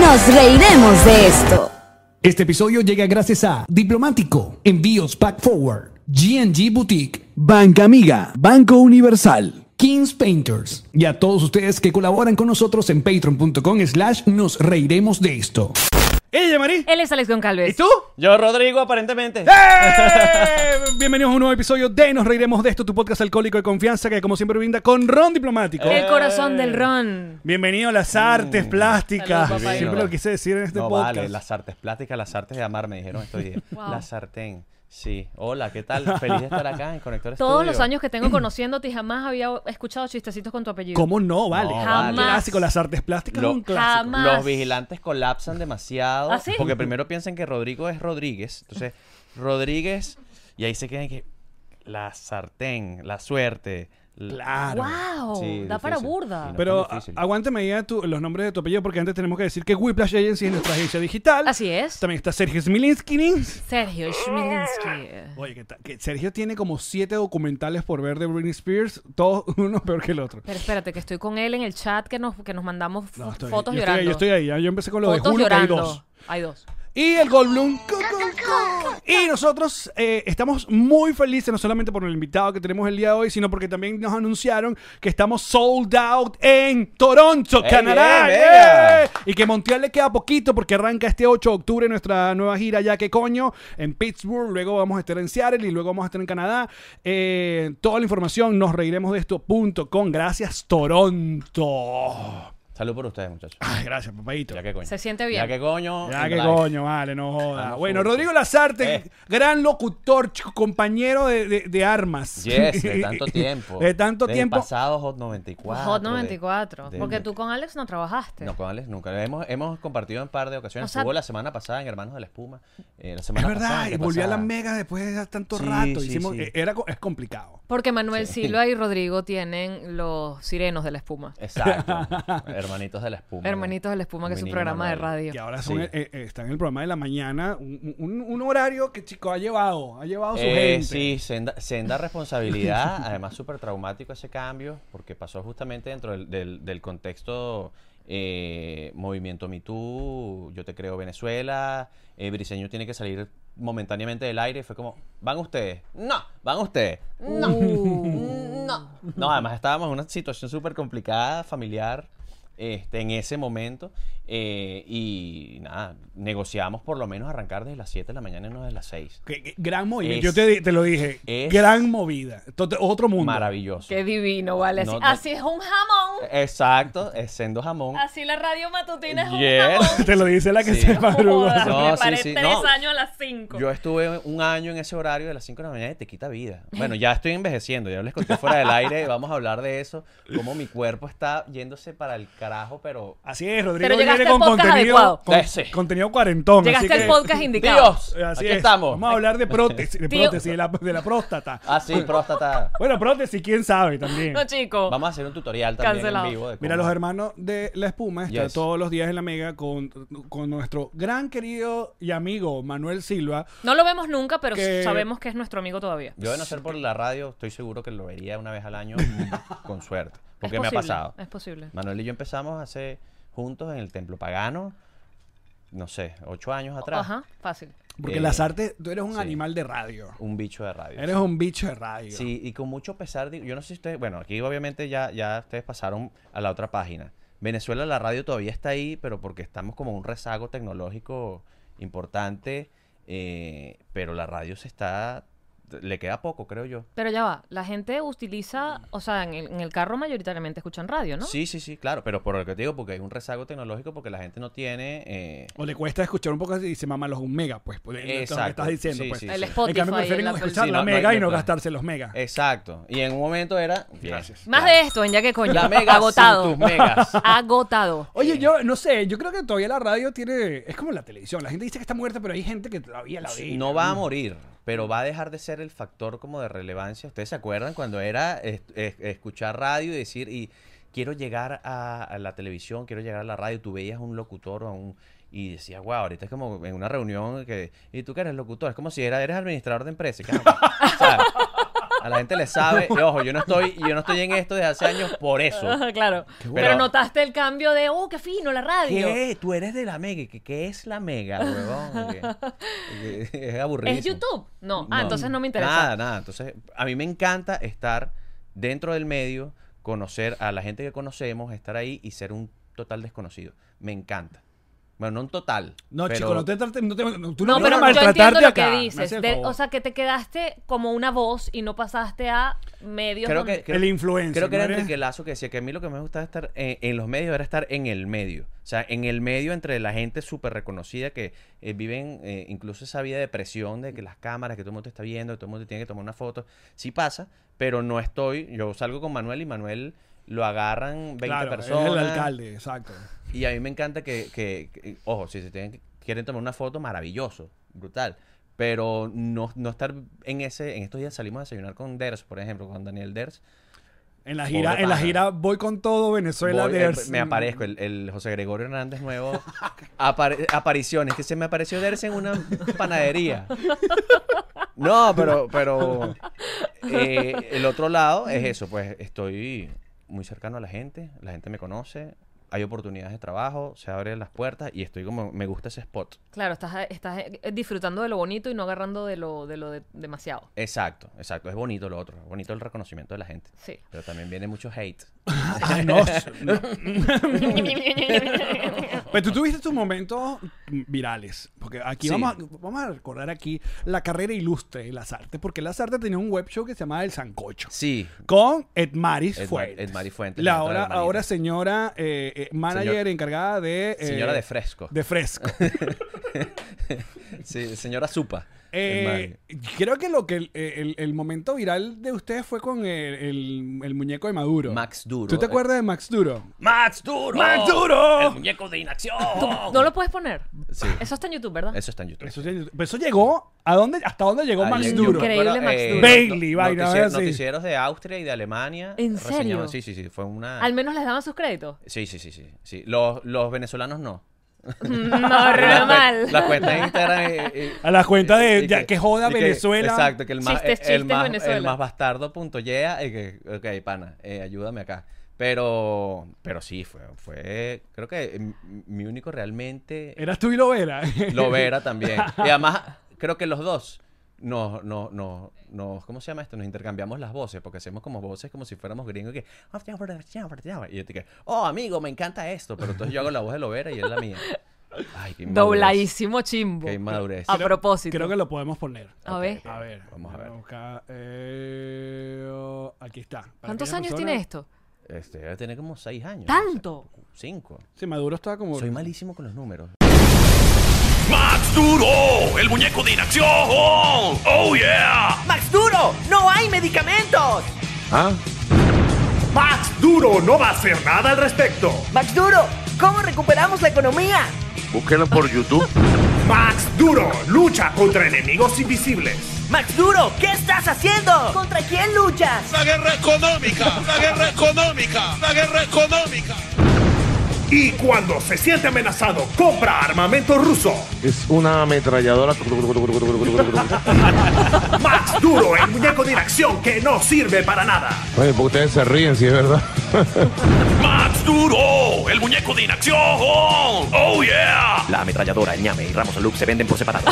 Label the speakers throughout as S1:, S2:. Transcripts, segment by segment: S1: Nos reiremos de esto.
S2: Este episodio llega gracias a Diplomático, Envíos Pack Forward, GNG Boutique,
S3: Banca Amiga, Banco Universal.
S2: Kings Painters y a todos ustedes que colaboran con nosotros en patreon.com slash nos reiremos de esto.
S4: ¡Ella, Marí!
S5: Él es Alex Goncalves.
S4: ¿Y tú?
S6: Yo, Rodrigo, aparentemente.
S4: ¡Eh! Bienvenidos a un nuevo episodio de Nos Reiremos de esto, tu podcast alcohólico de confianza que como siempre brinda con Ron Diplomático.
S5: El corazón del ron.
S4: Bienvenido a las artes plásticas.
S5: Salud, papá.
S4: Siempre lo quise decir en este
S6: Mm. no
S4: podcast.
S6: vale, las artes plásticas, las artes de amar, me dijeron estos días. La sartén. Sí. Hola, ¿qué tal? Feliz de estar acá en Conector
S5: Todos
S6: Studio.
S5: los años que tengo conociéndote y jamás había escuchado chistecitos con tu apellido.
S4: ¿Cómo no? Vale.
S6: No,
S5: Jamás. vale.
S4: Clásico, las artes plásticas
S6: Lo-
S4: es un clásico.
S5: Jamás.
S6: Los vigilantes colapsan demasiado.
S5: ¿Ah, sí?
S6: Porque primero piensan que Rodrigo es Rodríguez. Entonces, Rodríguez. Y ahí se quedan que. La sartén, la suerte. la-
S4: Claro.
S5: ¡Wow!
S6: Sí,
S5: da para
S6: difícil.
S5: burda.
S6: Sí, no.
S4: Pero ah,
S6: tan difícil.
S4: a- aguántame ahí a tu- los nombres de tu apellido porque antes tenemos que decir que Whiplash Agency es nuestra agencia digital.
S5: Así es.
S4: También está Sergio Smilinski.
S5: Sergio Schmilinski.
S4: Oye, que, ta- que Sergio tiene como siete documentales por ver de Britney Spears, todos uno peor que el otro.
S5: Pero espérate, que estoy con él en el chat que nos, que nos mandamos fo-
S4: No, estoy-
S5: fotos
S4: yo estoy
S5: llorando.
S4: ahí, yo estoy ahí, ya. yo empecé con lo de
S5: fotos
S4: Julio, que hay
S5: llorando.
S4: dos.
S5: Hay dos.
S4: Y el Goldblum. cu, cu, cu. Y nosotros eh, estamos muy felices, no solamente por el invitado que tenemos el día de hoy, sino porque también nos anunciaron que estamos sold out en Toronto,
S6: ¡Ey,
S4: Canadá.
S6: bien, venga!
S4: ¡Eh! Y que Montiel le queda poquito porque arranca este 8 de octubre nuestra nueva gira, ya que coño, en Pittsburgh. Luego vamos a estar en Seattle y luego vamos a estar en Canadá. Eh, toda la información nos reiremos de esto.com. Gracias, Toronto.
S6: Salud por ustedes, muchachos.
S4: Ay, gracias, papadito.
S6: Ya que coño.
S5: Se siente bien.
S6: Ya que coño.
S4: Ya
S6: en
S4: que
S6: live.
S4: coño, vale, no joda.
S6: Ah, no,
S4: Bueno,
S6: full.
S4: Rodrigo Lazarte,
S6: Eh.
S4: gran locutor, chico, compañero de, de- de armas.
S6: Yes, de tanto tiempo.
S4: de tanto
S6: Del
S4: tiempo.
S6: pasado Hot 94.
S5: Hot
S6: de-
S5: 94.
S6: de-
S5: porque tú con Alex no trabajaste.
S6: No, con Alex nunca. Hemos, hemos compartido en un par de ocasiones.
S5: O sea-
S6: Estuvo la semana pasada en Hermanos de la Espuma. eh, la
S4: Es
S6: semana pasada,
S4: verdad, y
S6: antepasada.
S4: volví a la mega después de tanto
S6: Sí,
S4: rato.
S6: sí,
S4: Hicimos,
S6: sí.
S4: eh, Era, co- es complicado.
S5: Porque Manuel
S6: Sí.
S5: Silva y Rodrigo tienen los sirenos de la espuma.
S6: Exacto. Hermanitos de la Espuma.
S5: Hermanitos de la espuma, que es un
S6: Menino
S5: programa de
S6: Manuel.
S5: radio.
S4: Y ahora son,
S6: Sí.
S4: eh, eh, está en el programa de la mañana, un, un- un horario que, chico, ha llevado, ha llevado su
S6: Eh,
S4: gente.
S6: Sí, senda, senda responsabilidad. Además, súper traumático ese cambio, porque pasó justamente dentro del, del- del contexto eh, Movimiento Me Too, Yo Te Creo Venezuela, eh, Briseño tiene que salir momentáneamente del aire. Fue como, ¿van ustedes? No, ¿van ustedes? No, no. No, además estábamos en una situación súper complicada, familiar. Este, en ese momento eh, y nada, negociamos por lo menos arrancar desde las 7 de la mañana y no desde las 6.
S4: Que- que- gran movida.
S6: Es-
S4: Yo te, di- te lo dije.
S6: es-
S4: gran movida. Tot- otro mundo.
S6: Maravilloso.
S5: Qué divino, vale. Así,
S6: No, Eh, no.
S5: así es un jamón.
S6: Exacto, es sendo jamón.
S5: Así la radio matutina es un
S6: Yes.
S5: jamón.
S4: Te lo dice la que
S6: Sí.
S4: se madruga.
S6: No,
S5: me
S6: sí,
S5: paré
S6: sí,
S5: tres
S6: no.
S5: años a las cinco.
S6: Yo estuve un año en ese horario de las 5 de la mañana y te quita vida. Bueno, ya estoy envejeciendo, ya les conté fuera del aire, vamos a hablar de eso, cómo mi cuerpo está yéndose para el carajo, pero...
S4: Así es, Rodrigo
S5: Pero llegaste
S4: viene
S5: al
S4: con
S5: podcast
S4: contenido,
S5: adecuado.
S4: con-
S6: Eh, Sí.
S4: contenido cuarentón.
S5: Llegaste
S4: así
S5: al
S4: que-
S5: podcast indicado.
S6: ¡Dios!
S4: Eh, Así
S6: Aquí
S4: es.
S6: estamos.
S4: Vamos a hablar de prótesis, de,
S5: Tío.
S4: prótesis, de, la, de la próstata.
S6: Ah, sí, próstata.
S4: Bueno, prótesis, quién sabe también.
S5: No, chico.
S6: Vamos a hacer un tutorial también
S5: Cancelado.
S6: en vivo. de
S4: Mira,
S6: cómo-
S4: los hermanos de La Espuma están
S6: Yes.
S4: todos los días en la mega con, con nuestro gran querido y amigo Manuel Silva.
S5: No lo vemos nunca, pero
S4: Que-
S5: sabemos que es nuestro amigo todavía.
S6: Yo de no ser por la radio, estoy seguro que lo vería una vez al año con suerte, porque
S5: Es
S6: me ha
S5: posible,
S6: pasado.
S5: Es posible.
S6: Manuel y yo empezamos hace juntos en el templo pagano, no sé, ocho años atrás.
S5: Ajá, fácil.
S4: Porque
S6: Eh,
S4: las artes, tú eres un
S6: sí.
S4: animal de radio.
S6: Un bicho de radio.
S4: Eres un bicho de radio.
S6: Sí, y con mucho pesar, digo, yo no sé si ustedes, bueno, aquí obviamente ya, ya ustedes pasaron a la otra página. Venezuela, la radio todavía está ahí, pero porque estamos como en un rezago tecnológico importante, eh, pero la radio se está, le queda poco, creo yo.
S5: Pero ya va, la gente utiliza, o sea, en el, en el carro mayoritariamente escuchan radio, ¿no?
S6: Sí, sí, sí, claro, pero por lo que te digo, porque hay un rezago tecnológico porque la gente no tiene... eh,
S4: O le cuesta escuchar un poco y se mama los un mega, pues. pues, es lo que
S6: Exacto.
S4: estás diciendo,
S6: Sí,
S4: pues.
S6: sí,
S5: El
S6: sí.
S4: En
S5: Spotify,
S4: cambio, prefieren
S5: el Apple-
S4: escuchar
S6: Sí,
S4: la
S6: no, no hay-
S4: mega y no
S6: no.
S4: gastarse los megas.
S6: Exacto. Y en un momento era... bien,
S4: Gracias.
S5: Más
S6: claro.
S5: de esto, en ya que coño.
S6: La mega
S5: Agotado.
S6: son tus megas.
S5: Agotado.
S4: Oye, yo no sé, yo creo que todavía la radio tiene. Es como la televisión. La gente dice que está muerta, pero hay gente que todavía la ve.
S6: No va a morir, pero va a dejar de ser el factor como de relevancia. ¿Ustedes se acuerdan cuando era es- es- escuchar radio y decir, y quiero llegar a, a la televisión, quiero llegar a la radio? Tú veías un locutor o a un... Y decías, wow, ahorita es como en una reunión que... Y tú que eres locutor, es como si era, eres administrador de empresa. ¿qué hago?" ¿Sabes? A la gente le sabe, y ojo, yo no estoy, yo no estoy en esto desde hace años por eso.
S5: claro.
S6: Oh. Qué bueno.
S5: Pero notaste el cambio de, oh, qué fino la radio.
S6: ¿Qué? Tú eres de la mega. ¿Qué, qué es la mega, huevón? Que- que- Es aburrido.
S5: ¿Es YouTube? No. Ah, entonces no me interesa.
S6: Nada, nada. Entonces, a mí me encanta estar dentro del medio, conocer a la gente que conocemos, estar ahí y ser un total desconocido. Me encanta. Bueno, no un total.
S4: No,
S6: pero-
S4: chico, no te trates. No, te, no, tú
S5: No,
S4: no,
S5: pero
S4: vengas a
S5: yo entiendo
S4: maltratarte
S5: lo que
S4: acá. Me
S5: dices.
S4: haces el
S5: de-
S4: favor.
S5: o sea, que te quedaste como una voz y no pasaste a medios.
S6: Creo
S5: donde-
S6: que,
S4: el influencer.
S6: Creo que
S4: ¿no
S6: era
S4: eres?
S6: Enrique Lazo que decía que a mí lo que me gustaba estar eh, en, los medios era estar en el medio. O sea, en el medio entre la gente súper reconocida que eh, viven eh, incluso esa vida de presión de que las cámaras, que todo el mundo te está viendo, que todo el mundo tiene que tomar una foto. Sí pasa, pero no estoy. Yo salgo con Manuel y Manuel lo agarran 20
S4: Claro, él es
S6: personas.
S4: el alcalde, exacto.
S6: Y a mí me encanta que, que- que- ojo, si se tienen, quieren tomar una foto, maravilloso, brutal. Pero no, no estar en ese, en estos días salimos a desayunar con Ders, por ejemplo, con Daniel Ders.
S4: En la gira,
S6: Pobre
S4: en la
S6: pana.
S4: gira voy con todo Venezuela.
S6: Voy, eh,
S4: Ders.
S6: me aparezco, el, el José Gregorio Hernández nuevo. apare- apariciones, que se me apareció Derse en una panadería. No, pero, pero eh, el otro lado es eso, pues estoy muy cercano a la gente, la gente me conoce, hay oportunidades de trabajo, se abren las puertas y estoy como, me gusta ese spot.
S5: Claro, estás, estás eh, disfrutando de lo bonito y no agarrando de lo, de lo de- demasiado.
S6: Exacto, exacto, es bonito lo otro, es bonito el reconocimiento de la gente.
S5: Sí.
S6: Pero también viene mucho hate.
S4: Ay, Ah, no, no. Pero tú tuviste tus momentos virales. Porque aquí
S6: Sí.
S4: vamos, a, vamos a recordar aquí la carrera ilustre de las artes. Porque las artes tenía un web show que se llamaba El Sancocho.
S6: Sí,
S4: Con Edmaris
S6: Edma-
S4: Fuentes.
S6: Edmaris Fuentes,
S4: La
S6: la otra
S4: ahora,
S6: hermanita.
S4: ahora señora eh, eh, manager
S6: Señor-
S4: encargada de. eh,
S6: señora de fresco.
S4: De fresco.
S6: Sí, señora Supa.
S4: Eh,
S6: Hermano.
S4: creo que lo que el, eh, el- el momento viral de ustedes fue con el, el- el muñeco de Maduro.
S6: Max Duro.
S4: ¿Tú te
S6: Eh,
S4: acuerdas de Max Duro?
S6: ¡Max Duro!
S4: ¡Max Duro!
S6: ¡El muñeco de inacción!
S5: No lo puedes poner.
S6: Sí.
S5: Eso está en YouTube, ¿verdad?
S6: Eso está en YouTube.
S4: Eso, sí- pero eso llegó. ¿A dónde? ¿Hasta dónde llegó
S6: Ahí
S4: Max
S6: en
S4: Duro?
S6: YouTube.
S5: Increíble
S6: Bueno,
S5: Max
S6: eh,
S5: Duro.
S4: Bailey, vaina,
S6: noticier-
S4: a ver si-
S6: Noticieros de Austria y de Alemania.
S5: ¿En
S6: reseñaban-
S5: serio?
S6: Sí, sí, sí. Fue una...
S5: Al menos les daban sus créditos.
S6: Sí, sí, sí, sí. sí. Los, los venezolanos no.
S5: Normal.
S6: La cuenta de Instagram... eh, eh,
S4: A la cuenta de
S6: y
S4: Pues ya, que joda
S6: y
S4: Venezuela.
S6: Exacto, que el más,
S5: Chistes,
S6: el
S5: chistes,
S6: más, el
S5: Venezuela.
S6: más bastardo punto yeah, y que, ok, pana, eh, ayúdame acá. Pero, pero sí, fue, fue, creo que eh, mi- mi único realmente
S4: Eras tú y lo era.
S6: Lovera también. Y además, creo que los dos nos, nos, nos, nos- ¿cómo se llama esto? Nos intercambiamos las voces, porque hacemos como voces como si fuéramos gringos que. "Ah, Y yo te que, oh, amigo, me encanta esto. Pero entonces yo hago la voz de Lovera y él la mía. Ay, qué inmadurez.
S5: Dobladísimo chimbo.
S6: Qué inmadurez.
S5: A propósito.
S4: Creo que lo podemos poner.
S5: A ver.
S4: A ver.
S6: Vamos a ver.
S4: buscar, eh, oh, aquí está. Para
S5: ¿Cuántos
S4: aquella
S5: años
S4: persona-
S5: tiene esto?
S6: Este, debe tener como seis años.
S5: ¿Tanto?
S6: no sé, Cinco.
S4: Sí, Maduro estaba como.
S6: Soy malísimo con los números.
S7: Max Duro, el muñeco de inacción. Oh yeah. Max Duro, no hay medicamentos.
S6: ¿Ah?
S7: Max Duro no va a hacer nada al respecto.
S8: Max Duro, ¿cómo recuperamos la economía?
S7: Búsquelo por YouTube. Max Duro lucha contra enemigos invisibles.
S8: Max Duro, ¿qué estás haciendo? ¿Contra quién luchas?
S7: La guerra económica, la guerra económica, la guerra económica. Y cuando se siente amenazado, compra armamento ruso.
S9: Es una ametralladora.
S7: Max Duro, el muñeco de inacción que no sirve para nada.
S9: Oye, porque ustedes se ríen, si es verdad.
S7: Max Duro, el muñeco de inacción. Oh yeah. La ametralladora, el ñame y Ramos Luke se venden por separado.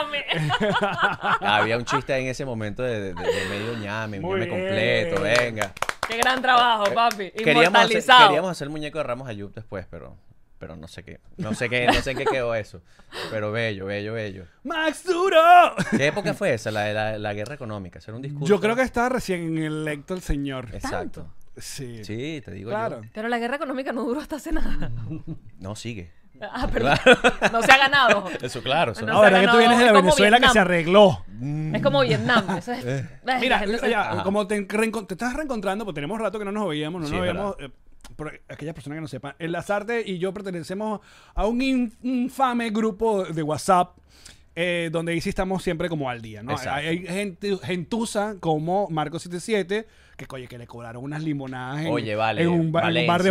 S6: Había un chiste en ese momento de, de- de medio ñame, un
S4: Muy
S6: ñame
S4: bien.
S6: completo, venga.
S5: Qué gran trabajo, papi.
S6: Queríamos hacer,
S5: Inmortalizado.
S6: queríamos hacer el muñeco de Ramos Ayub después, pero Pero no sé qué. No sé qué, no sé en qué quedó eso. Pero bello, bello, bello.
S4: ¡Max Duro!
S6: ¿Qué época fue esa? La de la, la guerra económica. ¿Será un discurso?
S4: Yo creo que estaba recién electo el señor.
S6: Exacto.
S4: Sí.
S6: Este, Sí, te digo
S4: Claro.
S6: yo.
S5: Pero la guerra económica no duró hasta hace nada.
S6: Mm. No, sigue.
S5: Ah, perdón. No se ha ganado.
S6: Eso,
S4: Ah,
S6: claro. eso
S5: No
S6: no.
S5: se ha
S4: Ahora que tú
S5: ganado.
S4: vienes de la
S5: Es como
S4: Venezuela que se
S5: Vietnam.
S4: arregló.
S5: Es como Vietnam. eso es-
S6: Eh.
S5: la
S4: Mira, eh,
S5: gente se-
S4: ya,
S6: Ajá.
S4: como te, reencon- te estás reencontrando, pues tenemos rato que no nos veíamos, no
S6: Sí,
S4: nos
S6: es
S4: veíamos. eh, por aquellas personas que no sepan, el Lazarte y yo pertenecemos a un in- infame grupo de WhatsApp. eh, donde ahí sí estamos siempre como al día, ¿no? Hay,
S6: Exacto.
S4: hay gente, gentuza como Marco77, que oye, que le cobraron unas limonadas en,
S6: Oye, vale,
S4: en un, ba- en un bar de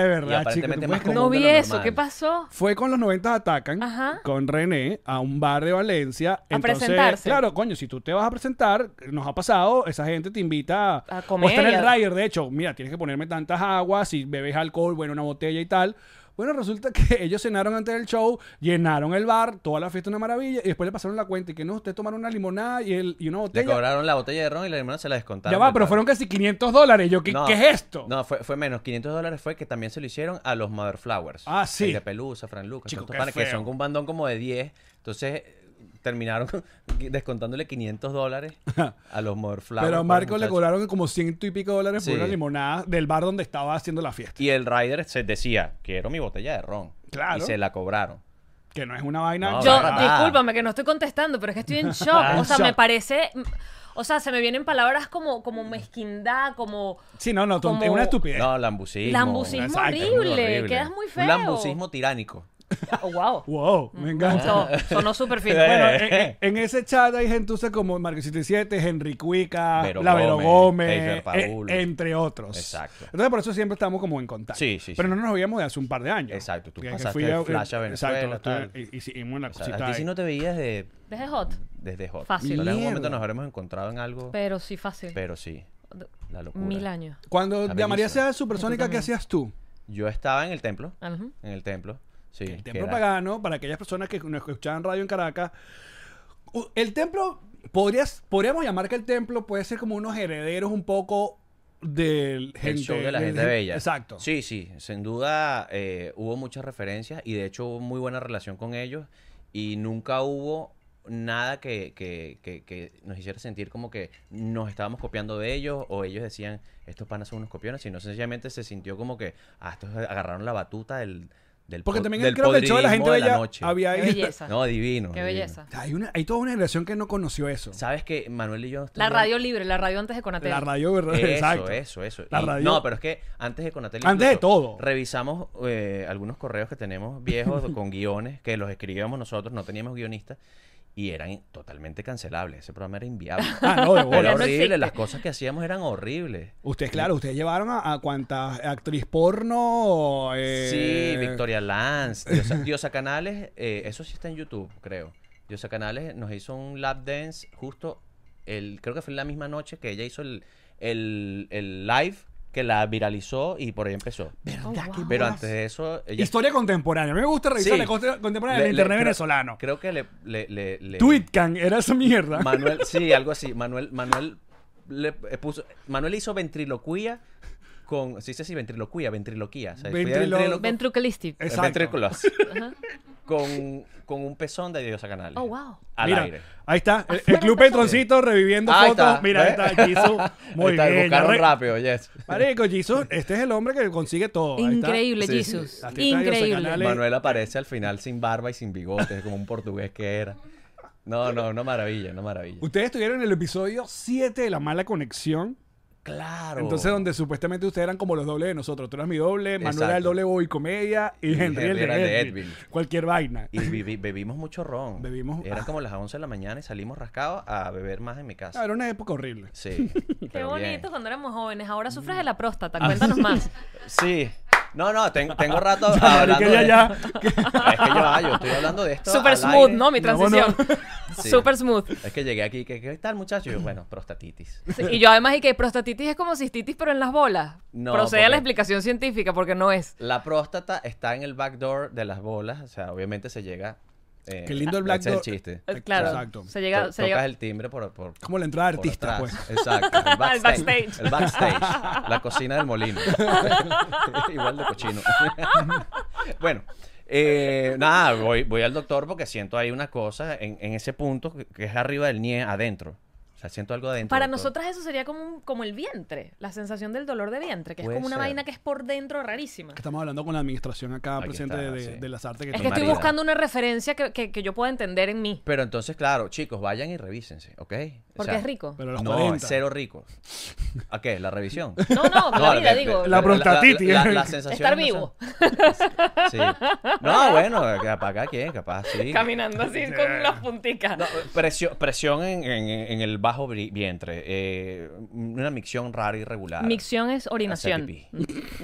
S4: Valencia, de
S6: Y
S4: verdad, chico.
S6: aparentemente
S4: ¿Tú
S6: más
S4: puedes
S5: No
S6: común de
S5: vi
S6: lo
S5: eso.
S6: normal.
S5: ¿Qué pasó?
S4: fue con los 90 atacan
S5: Ajá.
S4: con René a un bar de Valencia.
S5: A presentarse.
S4: Claro, coño, si tú te vas a presentar, nos ha pasado, esa gente te invita
S5: A comer
S4: O está en
S5: y
S4: el
S5: a-
S4: rider, de hecho, mira, tienes que ponerme tantas aguas, si bebes alcohol, bueno, una botella y tal. Bueno, resulta que ellos cenaron antes del show, llenaron el bar, toda la fiesta una maravilla, y después le pasaron la cuenta y que no, ustedes tomaron una limonada y, el, y una
S6: Le
S4: botella.
S6: cobraron la botella de ron y la limonada se la descontaron.
S4: Ya va,
S6: del
S4: pero
S6: pago.
S4: fueron casi 500 dólares. Yo, ¿qué,
S6: No,
S4: qué es esto?
S6: No, fue, fue menos. 500 dólares fue que también se lo hicieron a los Motherflowers.
S4: Ah, sí.
S6: El de Pelusa, Fran Lucas.
S4: Chico,
S6: estos
S4: qué
S6: panas que
S4: feo.
S6: son un bandón como de 10. Entonces eh, terminaron descontándole 500 dólares a los pues, Motherflowers.
S4: pero a
S6: pobres
S4: Marco le
S6: muchachos.
S4: cobraron como ciento y pico dólares por
S6: Sí.
S4: una limonada del bar donde estaba haciendo la fiesta.
S6: Y el rider se decía, quiero mi botella de ron.
S4: Claro.
S6: Y se la cobraron.
S4: Que no es una vaina.
S6: No,
S5: Yo,
S6: barata.
S5: discúlpame que no estoy contestando, pero es que estoy en shock. O sea, me parece. O sea, se me vienen palabras como, como mezquindad, como.
S4: Sí, no, no, tonte-
S5: como-
S4: una estupidez.
S6: No, lambucismo.
S5: Lambucismo
S6: Exacto,
S5: horrible, quedas muy feo.
S6: Un lambucismo tiránico.
S5: Oh, wow.
S4: Wow, me encanta.
S5: Sonó- sonó súper fino.
S6: Eh.
S4: Bueno, en, en ese chat hay gentuza como Marquez77, Henry Cuica,
S6: Vero
S4: Lavero Gómez,
S6: Gómez, Heiser Paul.
S4: e- entre otros.
S6: Exacto.
S4: Entonces, por eso siempre estamos como en contacto.
S6: Sí, sí,
S4: Pero
S6: sí.
S4: no nos veíamos de hace un par de años.
S6: Exacto, tú
S4: Que- que
S6: pasaste
S4: fui a-
S6: Flash a
S4: exacto,
S6: Venezuela,
S4: estuve-
S6: tal.
S4: y- y hicimos una
S6: O sea,
S4: cosita.
S6: a ti sí
S4: ahí.
S6: no te veías de,
S5: Desde hot.
S6: desde hot.
S5: Fácil.
S6: Tal vez En algún
S4: Mierda.
S6: momento nos habremos encontrado en algo.
S5: Pero sí, fácil.
S6: Pero sí. La locura.
S5: Mil años.
S4: Cuando
S6: La
S4: llamaría
S6: belleza.
S4: sea supersónica, ¿qué hacías tú?
S6: Yo estaba en el templo.
S5: Ajá.
S6: En el templo. Sí.
S4: El
S6: que
S4: templo
S6: era-
S4: pagano, para aquellas personas que nos escuchaban radio en Caracas. u- El templo, podrías, podríamos llamar que el templo puede ser como unos herederos un poco del gente.
S6: el show de la
S4: del-
S6: gente bella.
S4: Exacto.
S6: Sí, sí. Sin duda eh, hubo muchas referencias y de hecho hubo muy buena relación con ellos y nunca hubo nada que, que- que- que nos hiciera sentir como que nos estábamos copiando de ellos o ellos decían estos panas son unos copiones, sino sencillamente se sintió como que ah, estos agarraron la batuta del, del
S4: Porque
S6: pod-
S4: también
S6: del
S4: creo que el show de la gente
S6: podridismo de la
S4: bella
S6: noche.
S4: había
S5: Qué
S4: ahí.
S5: belleza.
S6: No, divino.
S5: Qué
S6: divino.
S5: belleza.
S4: Hay, una, hay toda una generación que no conoció eso.
S6: Sabes que Manuel y yo
S5: La
S6: estuvimos-
S5: radio libre, la radio antes de Conatel.
S4: La radio, ¿verdad?
S6: Eso,
S4: Exacto.
S6: eso, eso.
S4: La
S6: Y-
S4: radio-
S6: No, pero es que antes de Conatel.
S4: Antes de todo.
S6: Revisamos eh, algunos correos que tenemos viejos con guiones que los escribíamos nosotros, no teníamos guionistas y eran totalmente cancelables. Ese programa era inviable.
S4: Ah, no, de bola.
S6: Era
S5: no
S6: horrible,
S5: existe.
S6: las cosas que hacíamos eran horribles.
S4: Ustedes, claro, ustedes llevaron a, a cuantas actriz porno. eh,
S6: Sí, Victoria Lance, Diosa, Diosa Canales, eh, eso sí está en YouTube, creo. Diosa Canales nos hizo un lap dance justo, el, creo que fue en la misma noche que ella hizo el, el, el live que la viralizó y por ahí empezó.
S5: Oh, wow.
S6: Pero antes de eso, ella
S4: Historia contemporánea. A mí me gusta revisar
S6: Sí.
S4: la historia contemporánea
S6: Le-
S4: del
S6: le-
S4: internet
S6: creo-
S4: venezolano.
S6: Creo que le, le, le- le-
S4: Tweetcan, era esa mierda.
S6: Manuel, sí, algo así. Manuel, Manuel le eh, puso, Manuel hizo ventriloquía con, sí, sí, sí, ventriloquía, ventriloquía. O sea, fui de
S4: Ventrilo-
S6: ventriloquio-
S5: Ventriculistic.
S6: eh,
S4: Exacto.
S6: ventrículos. con, con un pezón de Diosa Canales.
S5: Oh, wow.
S6: Al
S4: Mira,
S6: aire.
S4: ahí está. El, el
S5: Afuera
S4: Club
S5: empezó.
S4: Petroncito reviviendo
S6: Ahí
S4: fotos.
S6: está,
S4: Mira, ahí
S6: ¿ves?
S4: está Jisoo. Muy
S6: Ahí está,
S4: bien. ya
S6: buscaron
S4: re-
S6: rápido, yes.
S4: Marico, Jisoo, este es el hombre que consigue todo. ahí está.
S5: Increíble,
S6: Sí,
S5: Jesus.
S4: sí. Las tetas de José
S5: Increíble.
S4: Canales.
S6: Manuel aparece al final sin barba y sin bigote, como un portugués que era. No, no, una maravilla, una maravilla.
S4: Ustedes estuvieron en el episodio 7 de La Mala Conexión.
S6: claro.
S4: Entonces, donde supuestamente ustedes eran como los dobles de nosotros. Tú eras mi doble, Manuel era el
S6: Exacto.
S4: doble boy comedia y Henry, el de
S6: era el de
S4: Edwin.
S6: Edwin.
S4: Cualquier vaina.
S6: Y bebi- bebimos mucho ron.
S4: Bebimos-
S6: Eran
S4: ah.
S6: como las 11 de la mañana y salimos rascados a beber más en mi casa.
S4: Ah, era una época horrible.
S6: Sí.
S5: Qué
S6: pero bien.
S5: bonito cuando éramos jóvenes. Ahora sufres de la próstata. Cuéntanos más.
S6: Sí. No, no, ten- tengo rato
S4: Ya,
S6: hablando.
S4: que ya,
S6: de-
S4: ya.
S6: Es que yo, ah, yo estoy hablando de esto.
S5: Super
S6: al
S5: smooth,
S6: aire.
S5: ¿no? Mi transición.
S6: Sí.
S5: Super smooth.
S6: Es que llegué aquí, que ¿qué tal, muchacho? Y yo, bueno, prostatitis.
S5: Sí, y yo además y que prostatitis es como cistitis pero en las bolas.
S6: No,
S5: Procede a la
S6: porque-
S5: explicación científica porque no es.
S6: La próstata está en el backdoor de las bolas. O sea, obviamente se llega. eh,
S4: Qué lindo el
S6: ese es
S4: backdoor.
S6: el chiste.
S5: Eh, Claro.
S4: Exacto.
S5: Se llega,
S6: To-
S5: se
S6: tocas
S5: llega-
S6: el timbre por, por,
S4: Como la entrada de
S6: por
S4: artista, pues.
S6: atrás. Exacto. El backstage.
S5: backstage.
S6: El backstage. La cocina del molino. Igual de cochino. Bueno, eh, nada, voy, voy al doctor porque siento ahí una cosa en, en ese punto que, que es arriba del nie, adentro. O sea, siento algo adentro.
S5: Para
S6: doctor.
S5: nosotras eso sería como, un- como el vientre, la sensación del dolor de vientre, que es
S6: Puede
S5: como una
S6: ser.
S5: vaina que es por dentro rarísima.
S4: Que Estamos hablando con la administración acá presente de,
S6: está,
S4: de-
S6: sí.
S4: de las artes que
S5: Es que
S4: toma.
S5: estoy
S6: Marina.
S5: buscando una referencia que, que- que yo pueda entender en mí,
S6: Pero entonces, claro, chicos, vayan y revísense, ¿ok? O
S5: porque
S6: sea,
S5: es rico.
S4: Pero a los
S6: no,
S4: 40.
S6: es cero rico. ¿A qué? ¿La revisión?
S5: No, no, la vida, digo. La
S4: prostatitis.
S6: La, la- la sensación.
S5: Estar
S6: no sé.
S5: vivo,
S6: Sí. No, bueno, capaz cada quien, capaz sí.
S5: caminando así con las punticas.
S6: No, presio- presión en, en- en el bajo bri- vientre. eh, una micción rara y irregular.
S5: Micción es orinación.
S6: pipí.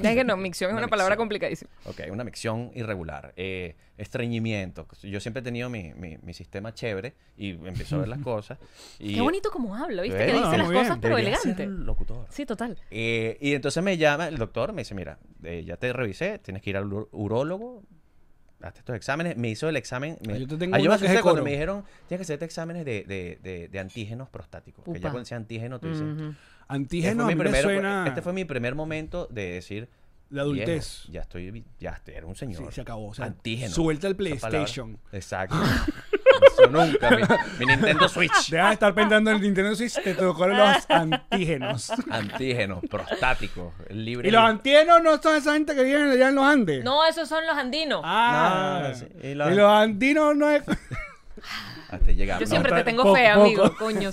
S5: Ya que no, micción es
S6: Una
S5: una palabra
S6: micción.
S5: complicadísima.
S6: Ok, una micción irregular. eh, estreñimiento. Yo siempre he tenido mi, mi- mi sistema chévere y empiezo a ver las cosas. Y,
S5: Qué bonito como habla, ¿viste?
S6: ¿Ves?
S5: Que
S4: Bueno,
S5: dice las
S4: muy bien.
S5: cosas pero
S6: Debería ser
S5: elegante.
S6: locutor.
S5: Sí, total.
S6: Eh, y entonces me llama el doctor, me dice, mira, eh, ya te revisé, tienes que ir al ur- urólogo, hazte estos exámenes. Me hizo el examen. Me,
S4: Ah, yo te tengo
S6: Ah, yo
S4: uno
S6: me
S4: que es
S6: asusté
S4: de
S6: cuando
S4: coro.
S6: me dijeron, tienes que hacerte exámenes de, de- de- de antígenos prostáticos. Que
S5: Upa.
S6: ya con ese antígeno tú dices...
S5: Ujú.
S6: Este
S4: Antígeno,
S6: fue,
S4: a mí
S6: mi
S4: me
S6: primero-
S4: suena
S6: este fue mi primer momento de decir...
S4: la adultez.
S6: "Viejo, ya estoy, vi- ya estoy- era un señor.
S4: Sí, se acabó. O sea,
S6: Antígeno.
S4: suelta el
S6: Esa palabra.
S4: PlayStation.
S6: Exacto. Eso nunca. Mi, mi Nintendo Switch.
S4: Deja de estar pensando en el Nintendo Switch, te tocaron los antígenos.
S6: Antígenos prostáticos. Libre.
S4: Y los antígenos no son esa gente que viene allá en los Andes.
S5: No, esos son los andinos.
S4: Ah,
S6: No, sí,
S4: y,
S6: y
S4: los...
S6: los-
S4: andinos no es.
S6: Hasta llegar.
S5: Yo
S6: ¿no?
S5: siempre te
S4: está-
S5: tengo
S4: poco,
S5: fe, amigo.
S4: poco.
S5: Coño,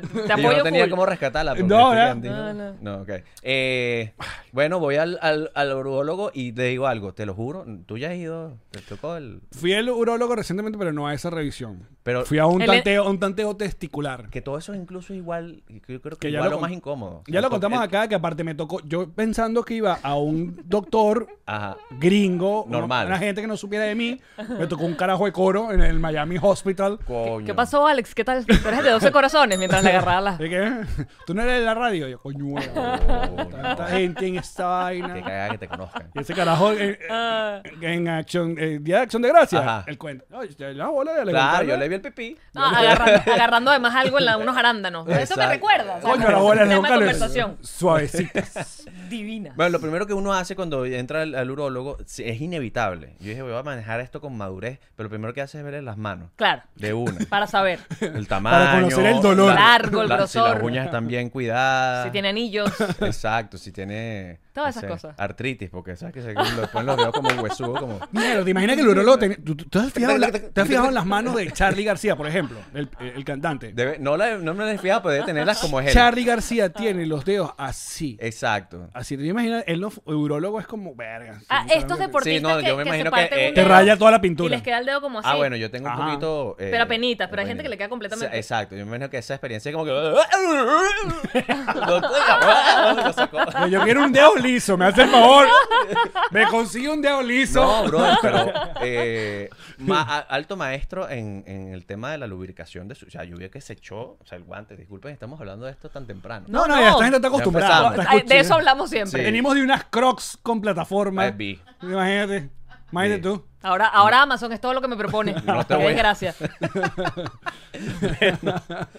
S5: Te
S6: Y yo
S5: apoyo
S6: no tenía
S5: full.
S6: cómo rescatarla. porque
S4: No,
S6: estoy
S4: ¿eh?
S6: grande,
S5: No, no.
S6: No, ok. Eh, bueno, voy al, al, al urologo y te digo algo, te lo juro, tú ya has ido, te tocó el...
S4: Fui al urólogo recientemente, pero no a esa revisión.
S6: Pero-
S4: Fui a un
S5: El-
S4: tanteo, un tanteo testicular.
S6: Que todo eso es incluso igual, que yo creo que,
S4: Que ya
S6: igual
S4: lo
S6: lo,
S4: con-
S6: más incómodo.
S4: Ya lo
S6: El-
S4: contamos
S6: el-
S4: acá, que aparte me tocó. Yo pensando que iba a un doctor
S6: Ajá.
S4: gringo, uno-
S6: Normal.
S4: una gente que no supiera de mí, me tocó un carajo de coro en el Miami Hospital.
S6: Coño.
S5: ¿Qué pasó, Alex? ¿Qué tal? Tú eres de 12 corazones mientras le agarraba las...
S4: ¿De qué? "Eh, ¿Tú no eres de la radio? Yo, coño,
S6: Coño.
S4: tanta gente en esta
S6: Qué
S4: vaina.
S6: cagada que te conozcan.
S4: Y ese carajo eh,
S5: Ah.
S4: eh, en acción, eh, Día de Acción de Gracia,
S6: Ajá.
S4: el cuento. No, yo- la bola de
S6: Claro,
S4: levantarme.
S6: yo le vi el pipí.
S5: Ah, agarrando, agarrando además algo en la- unos arándanos. Eso me
S6: Exacto.
S5: recuerda. o sea,
S4: Coño, la bola de
S5: tema de
S4: locales.
S5: conversación.
S4: Suavecitas.
S5: Divina.
S6: Bueno, lo primero que uno hace cuando entra al, al urólogo si- es inevitable. Yo dije, voy a manejar esto con madurez, pero lo primero que hace es verle las manos.
S5: Claro,
S6: De una.
S5: para saber
S6: El tamaño.
S4: conocer el dolor.
S5: Largo, el
S6: Si las
S5: grosor.
S6: uñas están bien cuidadas.
S5: si tiene anillos.
S6: Exacto, si tiene.
S5: Todas esas cosas.
S6: Artritis, porque sabes que se, después los veo como huesudo, como.
S4: Mira, ¿te imaginas que el urólogo tenía- ¿Tú, tú- tú has fijado la- te has fijado en las manos de Charlie García, por ejemplo, el, el cantante?
S6: Debe- no, la, no me la he fijado, pero debe tenerlas como es él.
S4: Charlie García tiene los dedos así.
S6: Exacto.
S4: Así, ¿te imaginas? El no, urólogo es como, verga.
S5: Ah,
S4: sí,
S5: estos
S4: solamente-
S5: deportistas
S6: Sí, no,
S5: que,
S6: yo me
S5: que se
S6: imagino que,
S5: parten
S6: eh,
S5: un
S6: Te
S5: dedo
S4: raya toda la
S5: Y
S4: pintura.
S5: les queda el dedo como así.
S6: Ah, bueno, yo tengo un
S4: Ajá.
S6: poquito. eh,
S5: Pero apenitas, pero hay gente
S6: apenitas.
S5: que le queda completamente-
S6: O sea, Exacto, yo me imagino que esa experiencia es como que. Lo sacó.
S4: Yo, yo quiero un dedo liso, me hace el favor. Me consigue un dedo liso.
S6: No, bro, pero eh, ma- a- alto maestro en, en el tema de la lubricación de su. O sea, lluvia que se echó. O sea, el guante, disculpen, estamos hablando de esto tan temprano.
S4: no, no,
S5: no.
S4: ya esta gente está acostumbrada.
S6: empezamos.
S4: Está
S5: Ay, de
S4: escuchando.
S5: eso hablamos siempre.
S6: Sí.
S4: Venimos de unas crocs con plataforma.
S6: Ay, vi.
S4: Imagínate. Imagínate
S6: Sí.
S4: tú.
S5: Ahora, ahora Amazon es todo lo que me propone.
S6: No te
S5: Qué
S6: voy a-
S5: desgracia.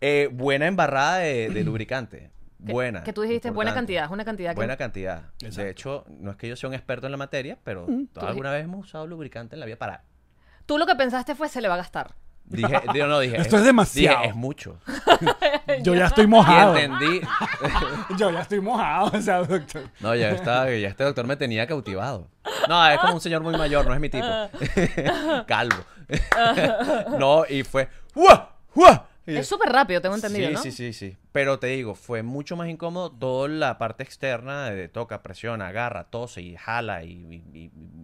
S6: Eh, buena embarrada de, de lubricante. Buena.
S5: Que tú dijiste buena
S6: importante.
S5: cantidad, es una cantidad que-
S6: Buena cantidad. De hecho, no es que yo sea un experto en la materia, pero
S5: Mm,
S6: ¿todas alguna vez hemos usado lubricante en la vida para.
S5: Tú lo que pensaste fue se le va a gastar.
S6: Dije, yo no dije.
S4: Esto es demasiado.
S6: dije, es mucho.
S4: Yo ya estoy
S6: Y
S4: mojado.
S6: entendí.
S4: Yo ya estoy mojado, o sea, doctor.
S6: No, ya estaba, ya este doctor me tenía cautivado. No, es como un señor muy mayor, no es mi tipo. Calvo. no, y fue. ¡Uah! ¡Uah! Y yo,
S5: Es súper rápido, tengo entendido,
S6: sí,
S5: ¿no?
S6: sí, sí, sí. Pero te digo, fue mucho más incómodo toda la parte externa de toca, presiona, agarra, tose y jala y, y-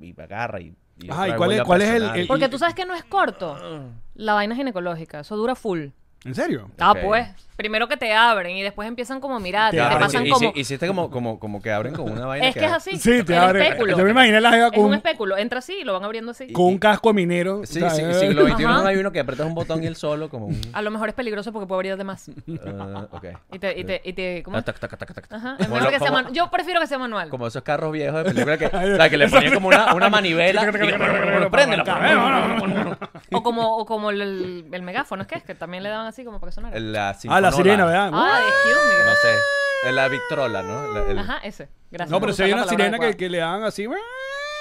S6: y- y agarra y. y
S4: Ajá,
S6: otra
S4: ¿y cuál es-
S6: vez vuelve a
S4: cuál es el-
S6: presionar.
S4: el-
S5: Porque tú sabes que no es corto. La vaina ginecológica, eso dura full.
S4: ¿En serio?
S5: Ah,
S6: Ok.
S5: pues. Primero que te abren y después empiezan como a mirarte,
S4: Te
S5: te
S6: Ya, pero
S5: pasan
S6: hici-
S5: como...
S6: Hiciste como, como, como que abren con una vaina.
S5: Es que es así.
S4: Sí, te
S5: el
S4: abre.
S5: Espéculo.
S4: Yo me imaginé la jeva
S5: Es un
S4: con,
S5: espéculo. Entra así y lo van abriendo así.
S4: con un casco de minero.
S6: Sí,
S4: o sea,
S6: sí,
S4: eh,
S6: siglo XXI
S5: Ajá. Ah.
S6: no hay uno que apretas un botón y él solo como un...
S5: A lo mejor es peligroso porque puede abrir de más. Y
S6: ah, ok.
S5: te... Y te, y te ¿Cómo?
S6: Ah, tac, tac, tac, tac, tac.
S5: Ajá. es
S6: Como
S5: mejor
S6: lo-
S5: que sea
S6: como-
S5: manu- Yo prefiero que sea manual.
S6: Como esos carros viejos de película que, o sea, que le ponían como una, una manivela. y-
S4: Ah,
S6: Préndela.
S5: O como, o como el, el, el megáfono, es que es que también le daban así como para que sonara.
S6: La
S4: Ah, la
S6: sinfonola.
S4: sirena, ¿verdad?
S5: Ah, excuse me.
S6: No sé. La Victrola, ¿no? La- el-
S5: Ajá, ese. Gracias.
S4: No,
S5: por
S4: pero si
S5: usar
S4: hay
S5: la
S4: una
S5: palabra
S4: sirena que,
S5: adecuada.
S4: que le dan así.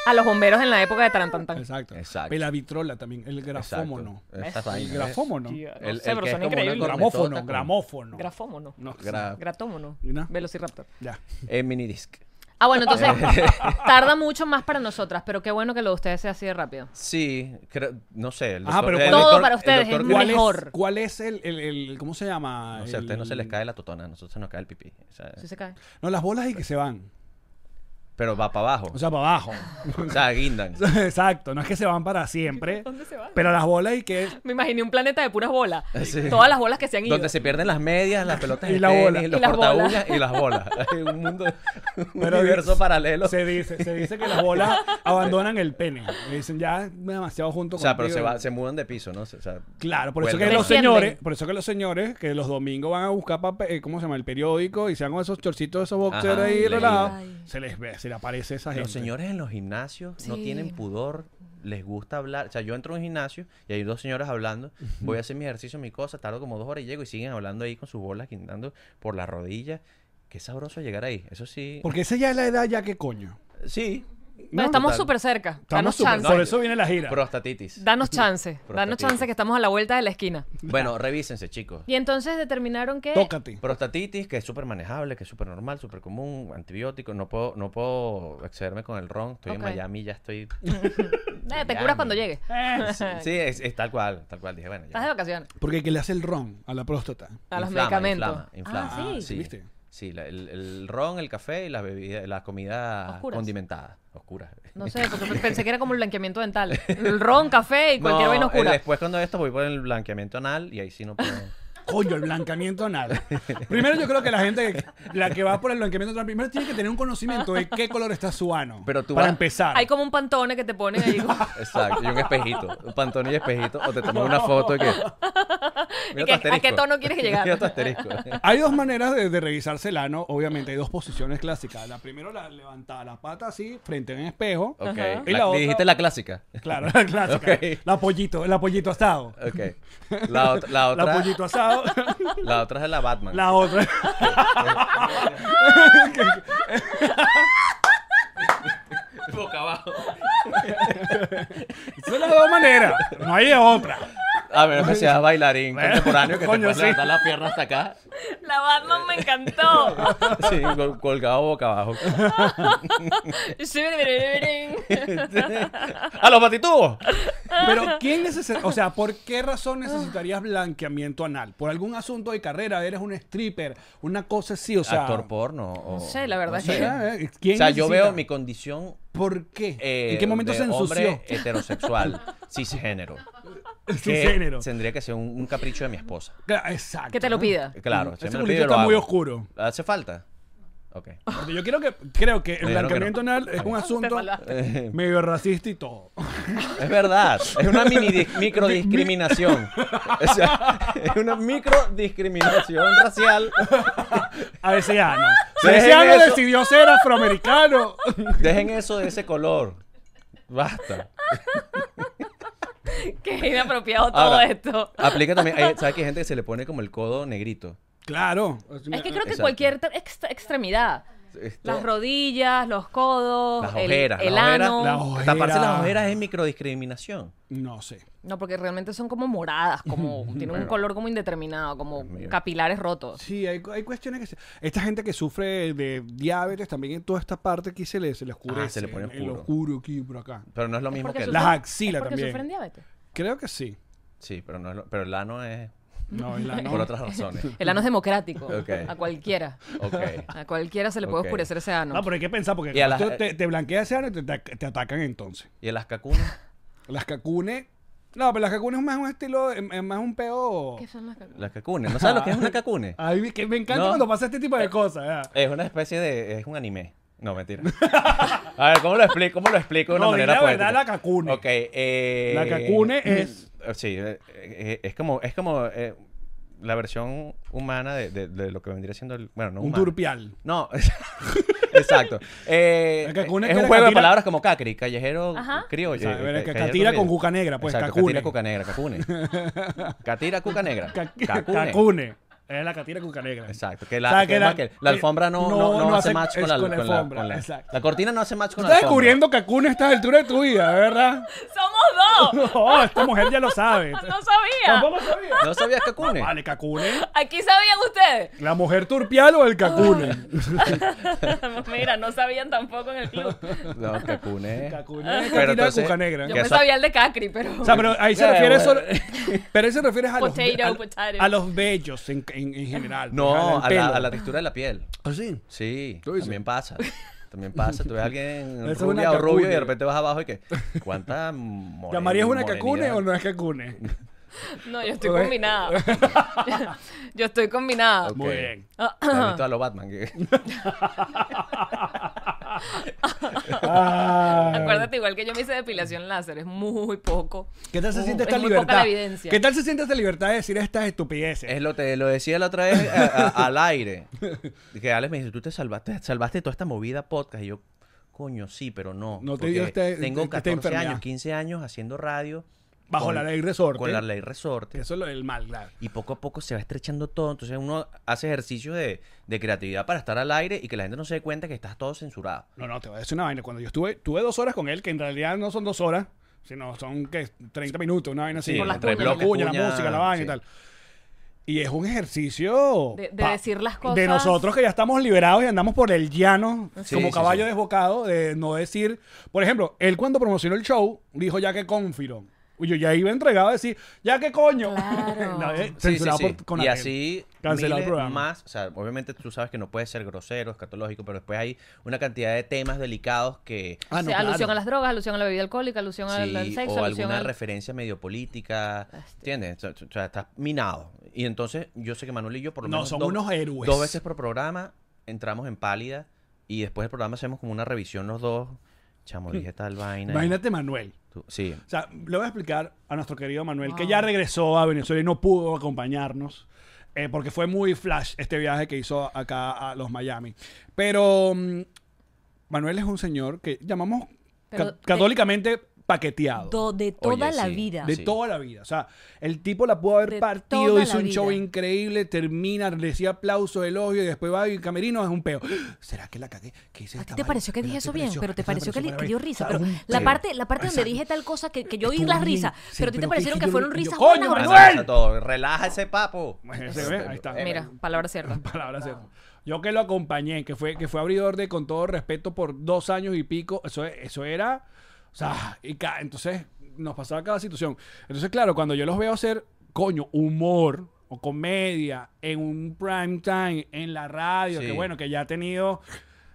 S5: a los bomberos en la época de Tarantantán.
S4: Exacto. La vitrola también, el grafómono.
S6: Exacto. Esas
S4: El
S6: vainas.
S4: grafómono.
S5: Sí, no El- sé, el pero que son es como increíbles. una cornetota
S4: Gramófono,
S5: con-
S4: gramófono.
S5: Grafómono.
S4: No.
S6: Gra-
S5: Gratómono.
S4: ¿No?
S5: Velociraptor.
S4: Ya.
S6: En minidisc.
S5: Ah, bueno, entonces tarda mucho más para nosotras, pero qué bueno que lo de ustedes sea así de rápido.
S6: Sí, creo- no sé. el
S4: Ah,
S6: doctor-
S4: pero
S6: el
S4: ¿cuál-
S5: Todo
S6: doctor-
S5: para
S6: el
S5: ustedes
S6: doctor-
S5: es
S4: ¿Cuál es,
S5: mejor.
S4: ¿Cuál es el, el, el- ¿Cómo se llama?
S6: No sé, a ustedes no se les
S4: El-
S6: cae la totona, a nosotros se nos cae el pipí. o sea,
S5: Sí se cae.
S4: No, las bolas y que se van.
S6: Pero va para abajo.
S4: O sea, para abajo.
S6: O sea, guindan.
S4: Exacto, no es que se van para siempre.
S5: ¿Dónde se va?
S4: Pero las bolas y que.
S5: Me imaginé un planeta de puras bolas.
S6: Sí.
S5: Todas las bolas que se han ido.
S6: Donde se pierden las medias, las pelotas
S4: Y
S6: de
S4: la
S6: tenis,
S4: bola.
S6: los
S5: Y las
S6: portaúñas
S5: bolas.
S6: y las bolas. Hay un mundo, un
S4: Pero
S6: universo
S4: dice-
S6: paralelo.
S4: Se dice, se dice que las bolas abandonan el pene. Y dicen, ya demasiado junto
S6: o sea, pero se,
S4: contigo.
S6: va- se mudan de piso, ¿no? O sea,
S4: Claro, por eso
S6: vuelven.
S4: que los
S5: Descienden.
S4: señores, por eso que los señores que los domingos van a buscar papel, eh, ¿cómo se llama? El periódico y se van con esos chorcitos, esos boxers
S6: Ajá,
S4: ahí
S6: leí.
S4: relajados,
S5: Ay.
S4: se les ve, se les aparece esa gente.
S6: Los señores en los gimnasios no
S5: Sí.
S6: tienen pudor, les gusta hablar. O sea, yo entro a un gimnasio y hay dos señoras hablando, voy a hacer mi ejercicio, mi cosa, tardo como dos horas y llego y siguen hablando ahí con sus bolas guindando por la rodilla. Qué sabroso llegar ahí, eso sí.
S4: Porque esa ya es la edad ya que coño.
S6: Sí.
S5: Pero estamos súper cerca.
S4: Estamos
S5: Danos
S4: súper-
S5: chance.
S4: Por eso viene la gira.
S6: Prostatitis.
S5: Danos chance. Danos
S6: Prostatitis.
S5: chance que estamos a la vuelta de la esquina.
S6: Bueno, revísense, chicos.
S5: Y entonces determinaron
S6: Eh.
S5: que.
S4: Tócate.
S6: Prostatitis, que es súper manejable, que es súper normal, súper común, antibiótico, no puedo, no puedo excederme con el ron, estoy
S5: Ok.
S6: en Miami, ya estoy...
S5: Eh, te
S6: Miami.
S5: curas cuando llegue.
S6: Sí, Eh, sí, es, es tal cual, tal cual, dije, bueno,
S5: Estás de
S6: ya.
S5: vacaciones.
S4: Porque el que le hace el ron a la próstata.
S5: A los
S6: Inflama,
S5: medicamentos.
S6: Inflama, inflama.
S5: Ah, sí.
S6: sí.
S4: ¿Viste?
S6: Sí, la- el, el ron, el café y las bebidas, las comidas
S5: Oscuras.
S6: condimentadas, oscuras.
S5: No sé, porque pe- pensé que era como el blanqueamiento dental. El ron, café y cualquier vaina
S6: eh,
S5: oscura.
S6: después cuando esto voy por el blanqueamiento anal y ahí sí no puedo...
S4: Coño, el blancamiento anal. primero yo creo que la gente, la que va por el blancamiento anal, primero tiene que tener un conocimiento de qué color está su ano.
S6: Pero tú
S4: para
S6: vas-
S4: empezar.
S5: Hay como un pantone que te ponen ahí. como-
S6: Exacto, y un espejito, un pantón y espejito, o te tomas una foto y que...
S5: ¿Y qué- a qué tono quieres que llegar?
S6: Mira tu asterisco.
S4: Hay dos maneras de, de revisarse el ano, obviamente. Hay dos posiciones clásicas. La primera, la levantada, la pata así, frente a un espejo.
S6: Ok,
S4: Y
S6: la-
S4: la otra-
S6: dijiste la clásica.
S4: Claro, la clásica.
S6: Ok.
S4: La pollito, la pollito asado.
S6: Ok. La, ot- la otra.
S4: La pollito asado.
S6: la otra es la Batman.
S4: la otra.
S6: boca abajo.
S4: Son las dos maneras. No hay otra.
S6: A menos que seas pues, bailarín
S4: Bueno,
S6: contemporáneo que
S4: coño,
S6: te puedes
S4: sí.
S6: levantar la pierna hasta acá.
S5: La Batman me encantó.
S6: Sí, col- colgado boca abajo. ¡A los patitubos!
S4: Pero ¿quién necesita, o sea, por qué razón
S5: Ah.
S4: necesitarías blanqueamiento anal? ¿Por algún asunto de carrera? ¿Eres un stripper? ¿Una cosa así? O sea,
S6: Actor porno. O,
S5: No sé, la verdad es
S6: sé.
S5: que-
S4: ¿eh? ¿Quién
S6: O sea, yo
S4: necesita?
S6: veo mi condición.
S4: ¿Por qué?
S6: eh,
S4: ¿En qué momento
S6: de
S4: se ensució?
S6: Hombre heterosexual, cisgénero.
S4: Su
S6: Que
S4: género.
S6: Tendría que ser un, un capricho de mi esposa.
S4: Claro, Exacto.
S5: que te lo pida.
S6: Claro. si
S4: Mm, Ese
S6: me lo
S4: culito
S6: pide, lo
S4: está muy
S6: hago.
S4: oscuro.
S6: ¿Hace falta? Ok.
S4: Porque Yo quiero que, creo que el
S6: Me dijeron que
S4: blanqueamiento
S6: no.
S4: anal es un asunto
S6: Eh,
S4: medio racista y todo.
S6: Es verdad, es una mini di- microdiscriminación. O sea, es una microdiscriminación racial.
S4: A ese ano. Si
S6: Dejen
S4: ese ano
S6: eso.
S4: decidió ser afroamericano.
S6: Dejen eso de ese color. Basta.
S5: Que es inapropiado todo
S6: Ahora,
S5: esto.
S6: Aplica también, hay- ¿sabes que hay gente que se le pone como el codo negrito?
S4: Claro.
S5: Es que creo que
S6: Exacto.
S5: cualquier tra- extra- extremidad.
S6: Esto-
S5: Las rodillas, los codos,
S6: Las
S5: el-
S6: ojeras,
S5: el,
S6: las ojeras,
S5: ano.
S4: las ojeras.
S6: Taparse las ojeras es microdiscriminación.
S4: No sé.
S5: No, porque realmente son como moradas, como tienen un color como indeterminado, como capilares rotos.
S4: Sí, hay, hay cuestiones que... se- Esta gente que sufre de diabetes, también en toda esta parte aquí se le, se le oscurece.
S6: Ah, se le pone
S4: en- en lo
S6: oscuro.
S4: oscuro aquí por acá.
S6: Pero no es lo mismo
S5: porque
S6: que el...
S5: sus-
S4: Las
S5: ¿Es
S4: axilas
S5: porque
S4: también.
S5: sufren diabetes?
S4: Creo que sí.
S6: Sí, pero, no es lo- pero el ano es
S4: No, el
S5: Ah,
S4: ano.
S6: por otras razones.
S5: El ano es democrático.
S6: Ok.
S5: A cualquiera.
S6: Ok.
S5: A cualquiera se le puede
S6: Ok.
S5: oscurecer ese ano.
S4: No, pero hay que pensar porque
S6: Y a
S4: capaz
S6: las- eh,
S4: tú te, te blanquea ese ano y te, te- te atacan entonces.
S6: ¿Y el ascacunas?
S4: Las cacunes... No, pero las cacunes es más un estilo, es es más un peo...
S5: ¿Qué son las cacunas?
S6: Las cacunes. ¿No sabes lo que es una cacune?
S4: Ay, que me encanta
S6: No. Eh,
S4: cuando pasa este tipo de cosas. ¿verdad?
S6: Es una especie de... es un anime. No, mentira. A ver, ¿cómo lo explico? ¿Cómo lo explico de una
S4: No, di
S6: manera
S4: la verdad,
S6: poética?
S4: la cacune.
S6: Ok, eh,
S4: La cacune es-
S6: Sí, eh, eh, es como... Es como eh, la versión humana de, de- de lo que vendría siendo... el- bueno, no
S4: Un
S6: humana.
S4: turpial.
S6: No, exacto. Eh,
S4: La cacune
S6: es
S4: que
S6: un
S4: era
S6: juego de
S4: catira-
S6: palabras como cacri, callejero,
S5: Ajá.
S6: criollo.
S4: O sea, ver,
S6: eh, ca-
S4: que
S6: callejero
S4: catira
S6: criollo.
S4: con cuca negra, pues,
S6: Exacto,
S4: cacune.
S6: catira cuca negra, cacune. catira cuca negra.
S4: Ca-
S6: Cacune.
S4: Cacune. Es la catira cuca negra.
S6: Exacto. Que la, que la- que la alfombra no, no, no hace match con la, con la- con la- la cortina no hace match
S4: Tú
S6: con la
S4: estás
S6: alfombra.
S4: descubriendo Cancún a estas alturas de tu vida, de ¿verdad?
S5: ¡Somos dos!
S4: No, esta mujer ya lo sabe.
S5: ¡No sabía!
S4: Tampoco sabía.
S6: ¿No sabías Cacune?
S4: Vale, Cacune.
S5: Aquí sabían ustedes.
S4: La mujer turpial o el Cacune.
S5: Mira, no sabían tampoco en el club.
S6: No, Cacune.
S4: Cacune, Catina Cuca Negra.
S5: Yo
S6: que
S5: me
S6: esa-
S5: sabía el de Cacri, pero.
S4: O sea, pero ahí se
S6: Eh,
S4: refiere
S6: bueno.
S4: solo- Pero ahí se refiere a los,
S5: Potato,
S4: a-
S5: potato.
S4: a los bellos en, en- en general.
S6: No,
S4: pues,
S6: a
S4: al
S6: la,
S4: pelo.
S6: a la textura de la piel.
S4: ¿Ah, sí?
S6: Sí,
S4: Tú dices.
S6: también pasa. También pasa. Tú ves a alguien
S4: Esa es
S6: rubia
S4: una
S6: o rubio y
S4: cacune.
S6: de repente vas abajo y que. ¿Cuánta moren-
S4: ¿La María es una
S6: morenidad?
S4: cacune o no es cacune?
S5: No, yo estoy
S4: Ok.
S5: combinada. yo estoy combinada. Ah,
S6: Ok.
S4: Muy bien.
S6: Te has visto a lo Batman. que-
S4: Ah.
S5: Acuérdate, igual que yo me hice depilación láser, es muy poco.
S4: ¿Qué tal se
S5: Uh,
S4: siente
S5: es
S4: esta
S5: muy poca
S4: libertad?
S5: la evidencia.
S4: ¿Qué tal se siente esta libertad de decir estas estupideces?
S6: Es lo te lo decía la otra vez eh, a- a- al aire. Que Alex me dice, tú te salvaste, salvaste toda esta movida podcast. Y yo, coño, sí, pero no.
S4: No te
S6: porque
S4: dio este-
S6: Tengo
S4: esta
S6: 14
S4: enfermedad.
S6: años, 15 años haciendo radio.
S4: Bajo la ley resorte.
S6: Con la ley resorte.
S4: Eso es lo del mal, claro.
S6: Y poco a poco se va estrechando todo. Entonces uno hace ejercicio de, de creatividad para estar al aire y que la gente no se dé cuenta que estás todo censurado.
S4: No, no, te voy a decir una vaina. Cuando yo estuve, tuve dos horas con él, que en realidad no son dos horas, sino son ¿qué? 30 minutos, una vaina así.
S6: Sí,
S4: con
S6: entre
S4: la
S6: bloques,
S4: cuña, la
S6: cuña,
S4: música, la vaina y
S6: sí.
S4: tal. Y es un ejercicio.
S5: De- de decir las
S4: De
S5: cosas.
S4: nosotros que ya estamos liberados y andamos por el llano,
S6: Sí,
S4: como
S6: sí,
S4: caballo
S6: sí.
S4: desbocado, de no decir. Por ejemplo, él cuando promocionó el show, dijo ya que confiro. Y Yo ya iba entregado a decir, ya que coño.
S5: Claro.
S4: No, eh,
S6: Sí, sí,
S4: censurado
S6: sí.
S4: por- con
S6: y
S4: aquel.
S6: así
S4: Cancelado el
S6: miles
S4: programa.
S6: más o sea obviamente tú sabes que no puede ser grosero escatológico pero después hay una cantidad de temas delicados que
S4: Ah,
S5: O
S4: no,
S5: sea,
S4: claro.
S5: alusión a las drogas, alusión a la bebida alcohólica, alusión al,
S6: sí,
S5: al sexo,
S6: o
S5: alusión
S6: alguna
S5: al...
S6: referencia medio política ¿entiendes? o sea, o sea estás minado y entonces yo sé que Manuel y yo por lo
S4: No,
S6: menos
S4: son
S6: dos,
S4: unos héroes.
S6: dos veces por programa entramos en pálida y después del programa hacemos como una revisión los dos chamo dije tal vaina
S4: Imagínate, Manuel.
S6: Tú- sí
S4: O sea, le voy a explicar a nuestro querido Manuel,
S5: Ah.
S4: que ya regresó a Venezuela y no pudo acompañarnos, eh, porque fue muy flash este viaje que hizo acá a los Miami. Pero mm, Manuel es un señor que llamamos
S5: Pero
S4: ca-
S5: de-
S4: católicamente paqueteado.
S5: Do- de
S6: Oye,
S5: toda la
S6: sí.
S5: vida.
S4: de
S6: sí.
S4: toda la vida. O sea, el tipo la pudo haber
S5: De
S4: partido,
S5: toda
S4: hizo
S5: la
S4: un show
S5: vida.
S4: increíble, termina, recibe aplausos, elogio y después va y camerino es un peo. ¿Será que la cagué? ¿Qué hice
S5: ¿A ti
S4: esta
S5: te
S4: vaina?
S5: pareció que
S4: ¿Pero
S5: dije
S4: qué
S5: eso
S4: te
S5: bien? Pero te pareció que,
S4: ¿Pero
S5: li-
S4: qué
S5: que dio risa.
S4: pareció?
S5: Pero
S4: Maravilla.
S5: la
S4: Sí.
S5: parte, la parte donde
S4: Exacto.
S5: dije tal cosa que, que yo oí
S4: Estuvo
S5: las
S4: bien,
S5: risas.
S4: sí,
S5: pero a ti te
S4: pero que
S5: parecieron
S4: dije
S5: que,
S4: yo-
S5: fueron
S4: yo-
S5: risas
S4: ¡Coño,
S5: buenas o no.
S4: Manuel!
S6: Relaja todo, relaja ese papo
S4: Ese, ve, ahí está.
S5: Mira, palabra cierta.
S4: Palabra cierta. Yo que lo acompañé, que fue, que fue abridor de con todo respeto por dos años y pico, eso, e- eso era. O sea, y ca- entonces nos pasaba cada situación. Entonces, claro, cuando yo los veo hacer, coño, humor o comedia en un prime time, en la radio,
S6: Sí.
S4: que bueno, que ya ha tenido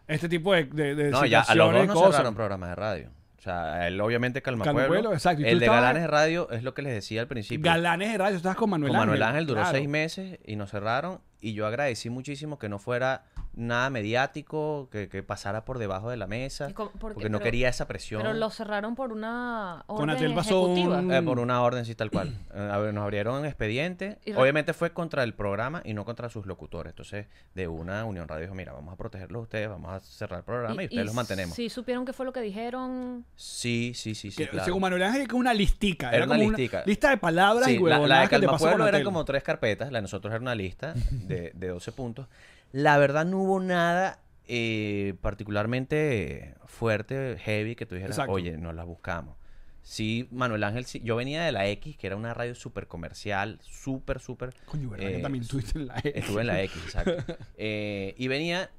S4: este tipo de, de, de
S6: No, ya a los
S4: situaciones,
S6: dos no
S4: cosas.
S6: cerraron programas de radio. O sea, él obviamente Calma,
S4: Calma
S6: Pueblo.
S4: Pueblo, exacto. Y tú
S6: El de
S4: estabas-
S6: Galanes de Radio es lo que les decía al principio.
S4: Galanes de radio, estás con Manuel
S6: Con
S4: Ángel.
S6: Manuel Ángel duró
S4: claro.
S6: seis meses y nos cerraron. Y yo agradecí muchísimo que no fuera nada mediático, que, que pasara por debajo de la mesa.
S5: ¿Y cómo- por qué?
S6: porque no
S5: Pero-
S6: quería esa presión.
S5: Pero lo cerraron por una
S4: Con
S5: orden
S4: Atiel pasó
S5: ejecutiva.
S4: un-
S6: Eh, por una orden, sí, tal cual. Eh, a ver, nos abrieron expediente.
S5: Y re-
S6: Obviamente fue contra el programa y no contra sus locutores. Entonces, de una Unión Radio dijo, mira, vamos a protegerlos a ustedes, vamos a cerrar el programa y, ustedes los mantenemos.
S5: Sí, supieron qué fue lo que dijeron.
S6: Sí, sí, sí, sí.
S4: Que,
S6: claro.
S4: Según Manuel Ángel, que una listica.
S6: Era
S4: Era,
S6: una
S4: como
S6: listica.
S4: una lista de palabras
S6: Sí,
S4: y
S6: la,
S4: huevonadas
S6: la de
S4: que te
S6: Calma
S4: pasó
S6: Pueblo
S4: Manuel
S6: eran
S4: Ángel.
S6: como tres carpetas, la de nosotros era una lista de, de 12 puntos. La verdad no hubo nada eh, particularmente fuerte, heavy, que tú dijeras,
S4: Exacto.
S6: oye, nos la buscamos. Sí, Manuel Ángel, sí, yo venía de la X, que era una radio súper comercial, súper, súper...
S4: Coño, ¿verdad? que
S6: eh,
S4: también estuviste en la E?
S6: Estuve en la X, exacto. Eh, y venía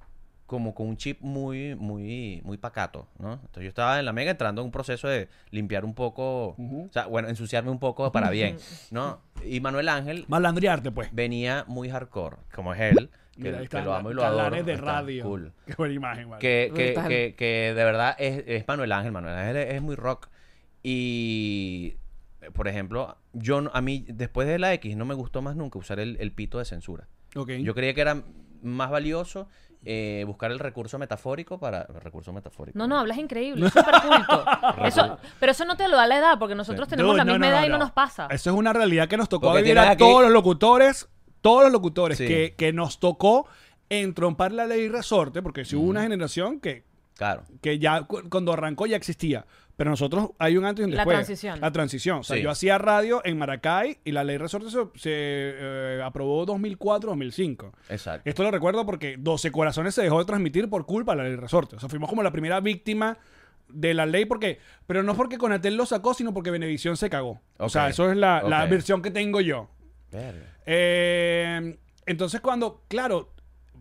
S6: como con un chip muy, muy, muy pacato, ¿no? Entonces yo estaba en la mega entrando en un proceso de limpiar un poco, o sea, bueno, ensuciarme un poco para bien, ¿no? Y Manuel Ángel
S4: Malandriarte, pues.
S6: venía muy hardcore, como es él, que,
S4: Mira, ahí
S6: que
S4: está,
S6: lo amo y lo
S4: Galanes
S6: adoro.
S4: de
S6: está,
S4: radio.
S6: cool.
S4: Qué buena imagen, vale.
S6: Que, que-
S5: Brutal.
S6: que- que de verdad es, es Manuel Ángel. Manuel Ángel es, es muy rock. Y, eh, por ejemplo, yo no- a mí, después de la X, no me gustó más nunca usar el, el pito de censura.
S4: Ok.
S6: Yo creía que era más valioso eh, buscar el recurso metafórico para... Recurso metafórico.
S5: No, no, hablas increíble, es súper culto. Eso- pero eso no te lo da la edad, porque nosotros tenemos
S4: Dude,
S5: la
S4: no,
S5: misma
S4: no,
S5: edad
S4: no,
S5: y no
S4: no.
S5: nos pasa.
S4: Eso es una realidad que nos tocó
S6: Porque
S4: vivir
S6: tienes
S4: a
S6: aquí-
S4: todos los locutores, todos los locutores
S6: Sí.
S4: que, que nos tocó entrompar la ley resorte, porque si hubo una generación que,
S6: Claro.
S4: que ya cu- cuando arrancó ya existía. Pero nosotros hay un antes y un
S5: La
S4: después.
S5: transición.
S4: La transición. O sea,
S6: Sí.
S4: yo hacía radio en Maracay y la ley resorte se, se, eh, aprobó 2004-2005.
S6: Exacto.
S4: Esto lo recuerdo porque 12 Corazones se dejó de transmitir por culpa de la ley resorte. O sea, fuimos como la primera víctima de la ley porque pero no porque Conatel lo sacó sino porque Benevisión se cagó o sea
S6: Ok.
S4: eso es la, la
S6: Ok.
S4: versión que tengo yo
S6: Verga.
S4: eh, entonces, cuando, claro,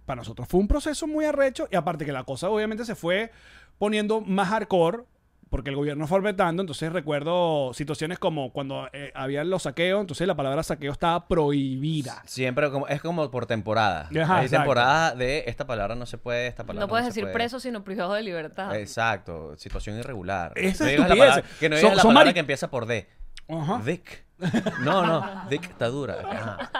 S4: para nosotros fue un proceso muy arrecho y aparte que la cosa obviamente se fue poniendo más hardcore porque el gobierno fue vetando, entonces recuerdo situaciones como cuando eh, había los saqueos, entonces la palabra saqueo estaba prohibida.
S6: Siempre como, es como por temporada.
S4: Ajá,
S6: Hay
S4: exacto.
S6: temporada de esta palabra no se puede, esta palabra
S5: No puedes
S6: se
S5: decir
S6: puede.
S5: preso, sino privado de libertad.
S6: Exacto, situación irregular.
S4: Esa
S6: no digas la
S4: estupidez.
S6: palabra, que no
S4: Son-
S6: digas la
S4: son
S6: palabra
S4: mari-
S6: que empieza por D.
S4: Ajá.
S6: Dick. No, no, dictadura. Ajá.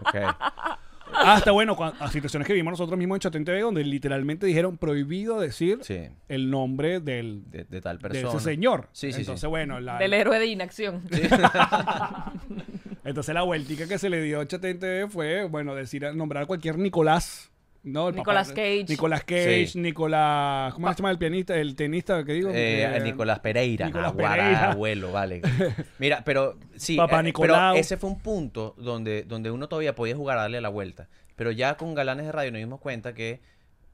S6: Ok.
S4: Hasta bueno, cua- a situaciones que vimos nosotros mismos en Chatén TV, donde literalmente dijeron prohibido decir
S6: Sí,
S4: el nombre del,
S6: de, de tal
S4: de
S6: persona.
S4: ese señor.
S6: Sí, sí,
S4: entonces,
S6: sí.
S4: bueno, la,
S5: Del e- héroe de inacción.
S4: Entonces la vueltica que se le dio a Chatén TV fue, bueno, decir, nombrar a cualquier Nicolás. ¿no? El papá-
S5: Nicolas Cage.
S4: Nicolás Cage,
S6: Sí.
S4: Nicolás... ¿Cómo se llama el pianista? El tenista que digo.
S6: Eh,
S4: Eh,
S6: Nicolás Pereira,
S4: Nicolás
S6: Naguará,
S4: Pereira.
S6: abuelo, vale. Mira, pero sí,
S4: Papá
S6: eh, pero
S4: Nicolau.
S6: ese fue un punto donde, donde uno todavía podía jugar a darle la vuelta. Pero ya con Galanes de Radio nos dimos cuenta que eh,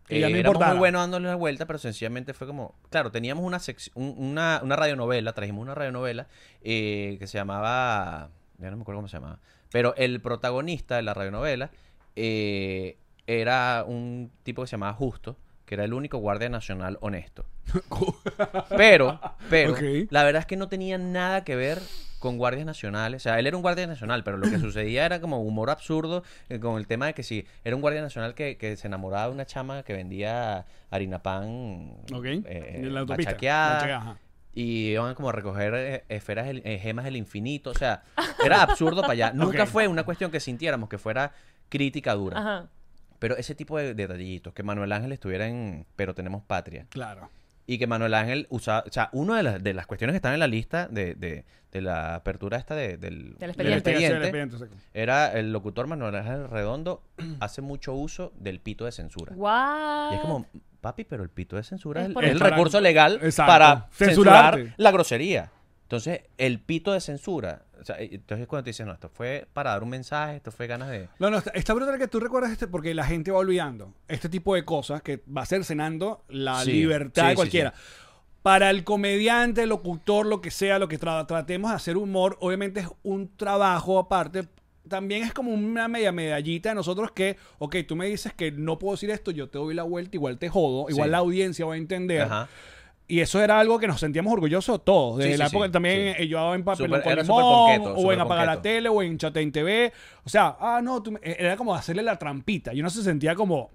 S4: Que ya no
S6: éramos
S4: importaba.
S6: muy buenos dándole la vuelta, pero sencillamente fue como, claro, teníamos una sec- un- una, una radionovela, trajimos una radionovela eh, que se llamaba, ya no me acuerdo cómo se llamaba, pero el protagonista de la radionovela eh, era un tipo que se llamaba Justo, que era el único guardia nacional honesto. Pero, pero,
S4: Ok.
S6: la verdad es que no tenía nada que ver con guardias nacionales. O sea, él era un guardia nacional, pero lo que sucedía era como humor absurdo eh, con el tema de que si era un guardia nacional que, que se enamoraba de una chama que vendía harina pan
S4: Ok.
S6: eh,
S4: En la autopista.
S6: machaqueada,
S4: Machaqueada, ajá.
S6: y iban como a recoger eh, esferas, del- eh, gemas del infinito. O sea, era absurdo para allá. Nunca
S4: Ok.
S6: fue una cuestión que sintiéramos que fuera crítica dura.
S5: Ajá.
S6: Pero ese tipo de detallitos, que Manuel Ángel estuviera en Pero Tenemos Patria.
S4: Claro.
S6: Y que Manuel Ángel usaba, o sea, una de las, de las cuestiones que están en la lista de, de- de la apertura esta de- del,
S5: Del
S4: Del
S5: expediente.
S4: expediente, del expediente, exacto.
S6: era el locutor Manuel Ángel Redondo hace mucho uso del pito de censura.
S5: What?
S6: Y es como, papi, pero el pito de censura
S5: Es
S6: es, el-
S5: por
S6: es
S5: el-
S6: el recurso legal
S4: Exacto.
S6: para
S4: Censurarte.
S6: censurar la grosería. Entonces, el pito de censura, o sea, y- entonces cuando te dicen, no, esto fue para dar un mensaje, esto fue ganas de...
S4: No, no, está, está brutal que tú recuerdas este porque la gente va olvidando este tipo de cosas que va a ser cenando la
S6: Sí,
S4: libertad
S6: sí,
S4: de
S6: sí,
S4: cualquiera. Para el comediante, el locutor, lo que sea, lo que tra- tratemos de hacer humor, obviamente es un trabajo aparte. También es como una media medallita de nosotros que, ok, tú me dices que no puedo decir esto, yo te doy la vuelta, igual te jodo, igual
S6: Sí.
S4: la audiencia va a entender.
S6: Ajá.
S4: Y eso era algo que nos sentíamos orgullosos todos. Desde
S6: Sí, sí,
S4: la época
S6: sí,
S4: también
S6: sí.
S4: eh, yo en papel
S6: Súper-
S4: con
S6: era
S4: Limón,
S6: súper ponqueto,
S4: o en
S6: súper
S4: apagar la
S6: ponqueto.
S4: tele o en Chatein TV. O sea, ah, no, tú me- eh, era como hacerle la trampita. Yo no se sentía como,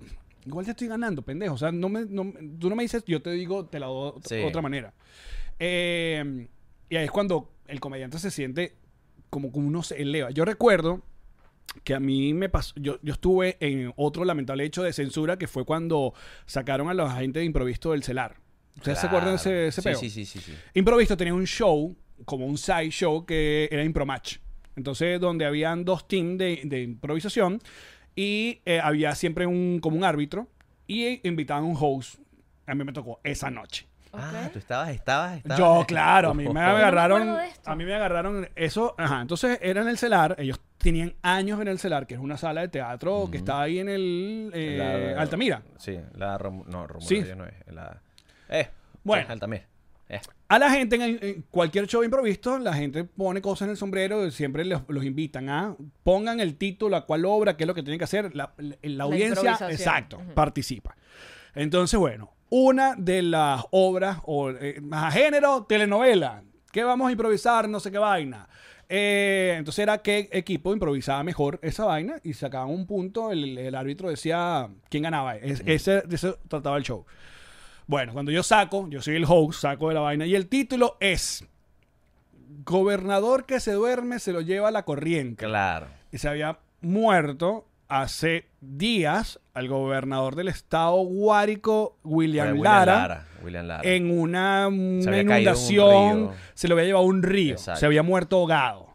S4: igual te estoy ganando, pendejo. O sea, no me, no- tú no me dices, yo te digo, te la doy de
S6: Sí.
S4: otra manera. Eh, y ahí es cuando el comediante se siente como, como uno se eleva. Yo recuerdo que a mí me pasó, yo, yo estuve en otro lamentable hecho de censura que fue cuando sacaron a la gente de improviso del celar. ¿Ustedes se acuerdan de ese, ese
S6: sí,
S4: peo?
S6: sí, sí, sí, sí.
S4: Improvisto tenía un show, como un side show, que era Impromatch. Entonces, donde habían dos teams de, de improvisación y eh, había siempre un, como un árbitro y eh, invitaban un host. A mí me tocó esa noche.
S6: Ah, tú estabas, estabas, estabas... Eh,
S4: Yo, claro, a mí me agarraron.
S5: acuerdo de esto.
S4: a mí me agarraron eso. Ajá, entonces era en el celar. Ellos tenían años en el celar, que es una sala de teatro que está ahí en el eh,
S6: La-
S4: Altamira.
S6: Sí, la Romu- no, Romulo
S4: Sí.
S6: ya no es, la eh,
S4: Bueno.
S6: sí, Altamira. Eh,
S4: A la gente, en, en cualquier show improviso, la gente pone cosas en el sombrero, siempre los, los invitan a pongan el título, a cuál obra, qué es lo que tienen que hacer. La, la- la audiencia,
S5: improvisación.
S4: exacto,
S5: Ujú.
S4: participa. Entonces, bueno, una de las obras, o eh, a género, telenovela. ¿Qué vamos a improvisar? No sé qué vaina. Eh, entonces era qué equipo improvisaba mejor esa vaina y sacaban un punto, el, el árbitro decía quién ganaba. Es- ese, de eso trataba el show. Bueno, cuando yo saco, yo soy el host, saco de la vaina y el título es Gobernador que se duerme se lo lleva la corriente.
S6: claro.
S4: Y se había muerto hace días al gobernador del estado Guárico,
S6: Fue
S4: William,
S6: Eh, William
S4: Lara,
S6: William Lara.
S4: en una, una
S6: había caído en un
S4: inundación,
S6: río.
S4: se lo había llevado un río,
S6: Exacto.
S4: se había muerto ahogado.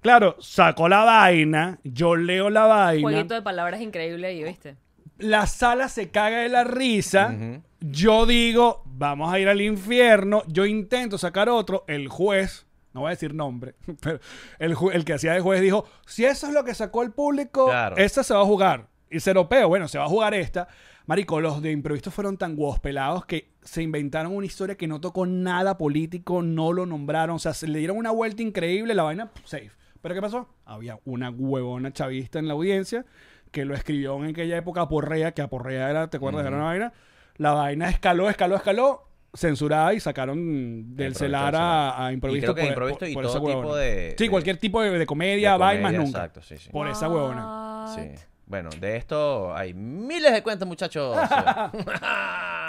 S4: Claro, sacó la vaina, yo leo la vaina.
S5: Jueguito de palabras increíble ahí, ¿viste?
S4: la sala se caga de la risa. Yo digo, vamos a ir al infierno. Yo intento sacar otro. El juez, no voy a decir nombre, pero el, ju- el que hacía de juez dijo: Si eso es lo que sacó el público,
S6: Claro.
S4: esta se va a jugar. Y se lo peo, bueno, se va a jugar esta. Marico, los de improviso fueron tan guapos pelados que se inventaron una historia que no tocó nada político, no lo nombraron. O sea, se le dieron una vuelta increíble, la vaina, pff, safe. ¿Pero qué pasó? Había una huevona chavista en la audiencia que lo escribió en aquella época Aporrea, que Aporrea era, ¿te acuerdas? Era una vaina. La vaina escaló, escaló, escaló, censurada y sacaron del
S6: Improvisto
S4: celar
S6: al celar.
S4: a, a improviso.
S6: Y creo que
S4: por-
S6: improvisto
S4: por-
S6: y
S4: por
S6: todo
S4: esa
S6: tipo
S4: huevona.
S6: de-
S4: Sí,
S6: de-
S4: cualquier tipo de, de comedia,
S6: de
S4: va y más
S6: comedia,
S4: nunca.
S6: exacto, sí, sí.
S4: Por esa huevona.
S6: Sí. Bueno, de esto hay miles de cuentas, muchachos.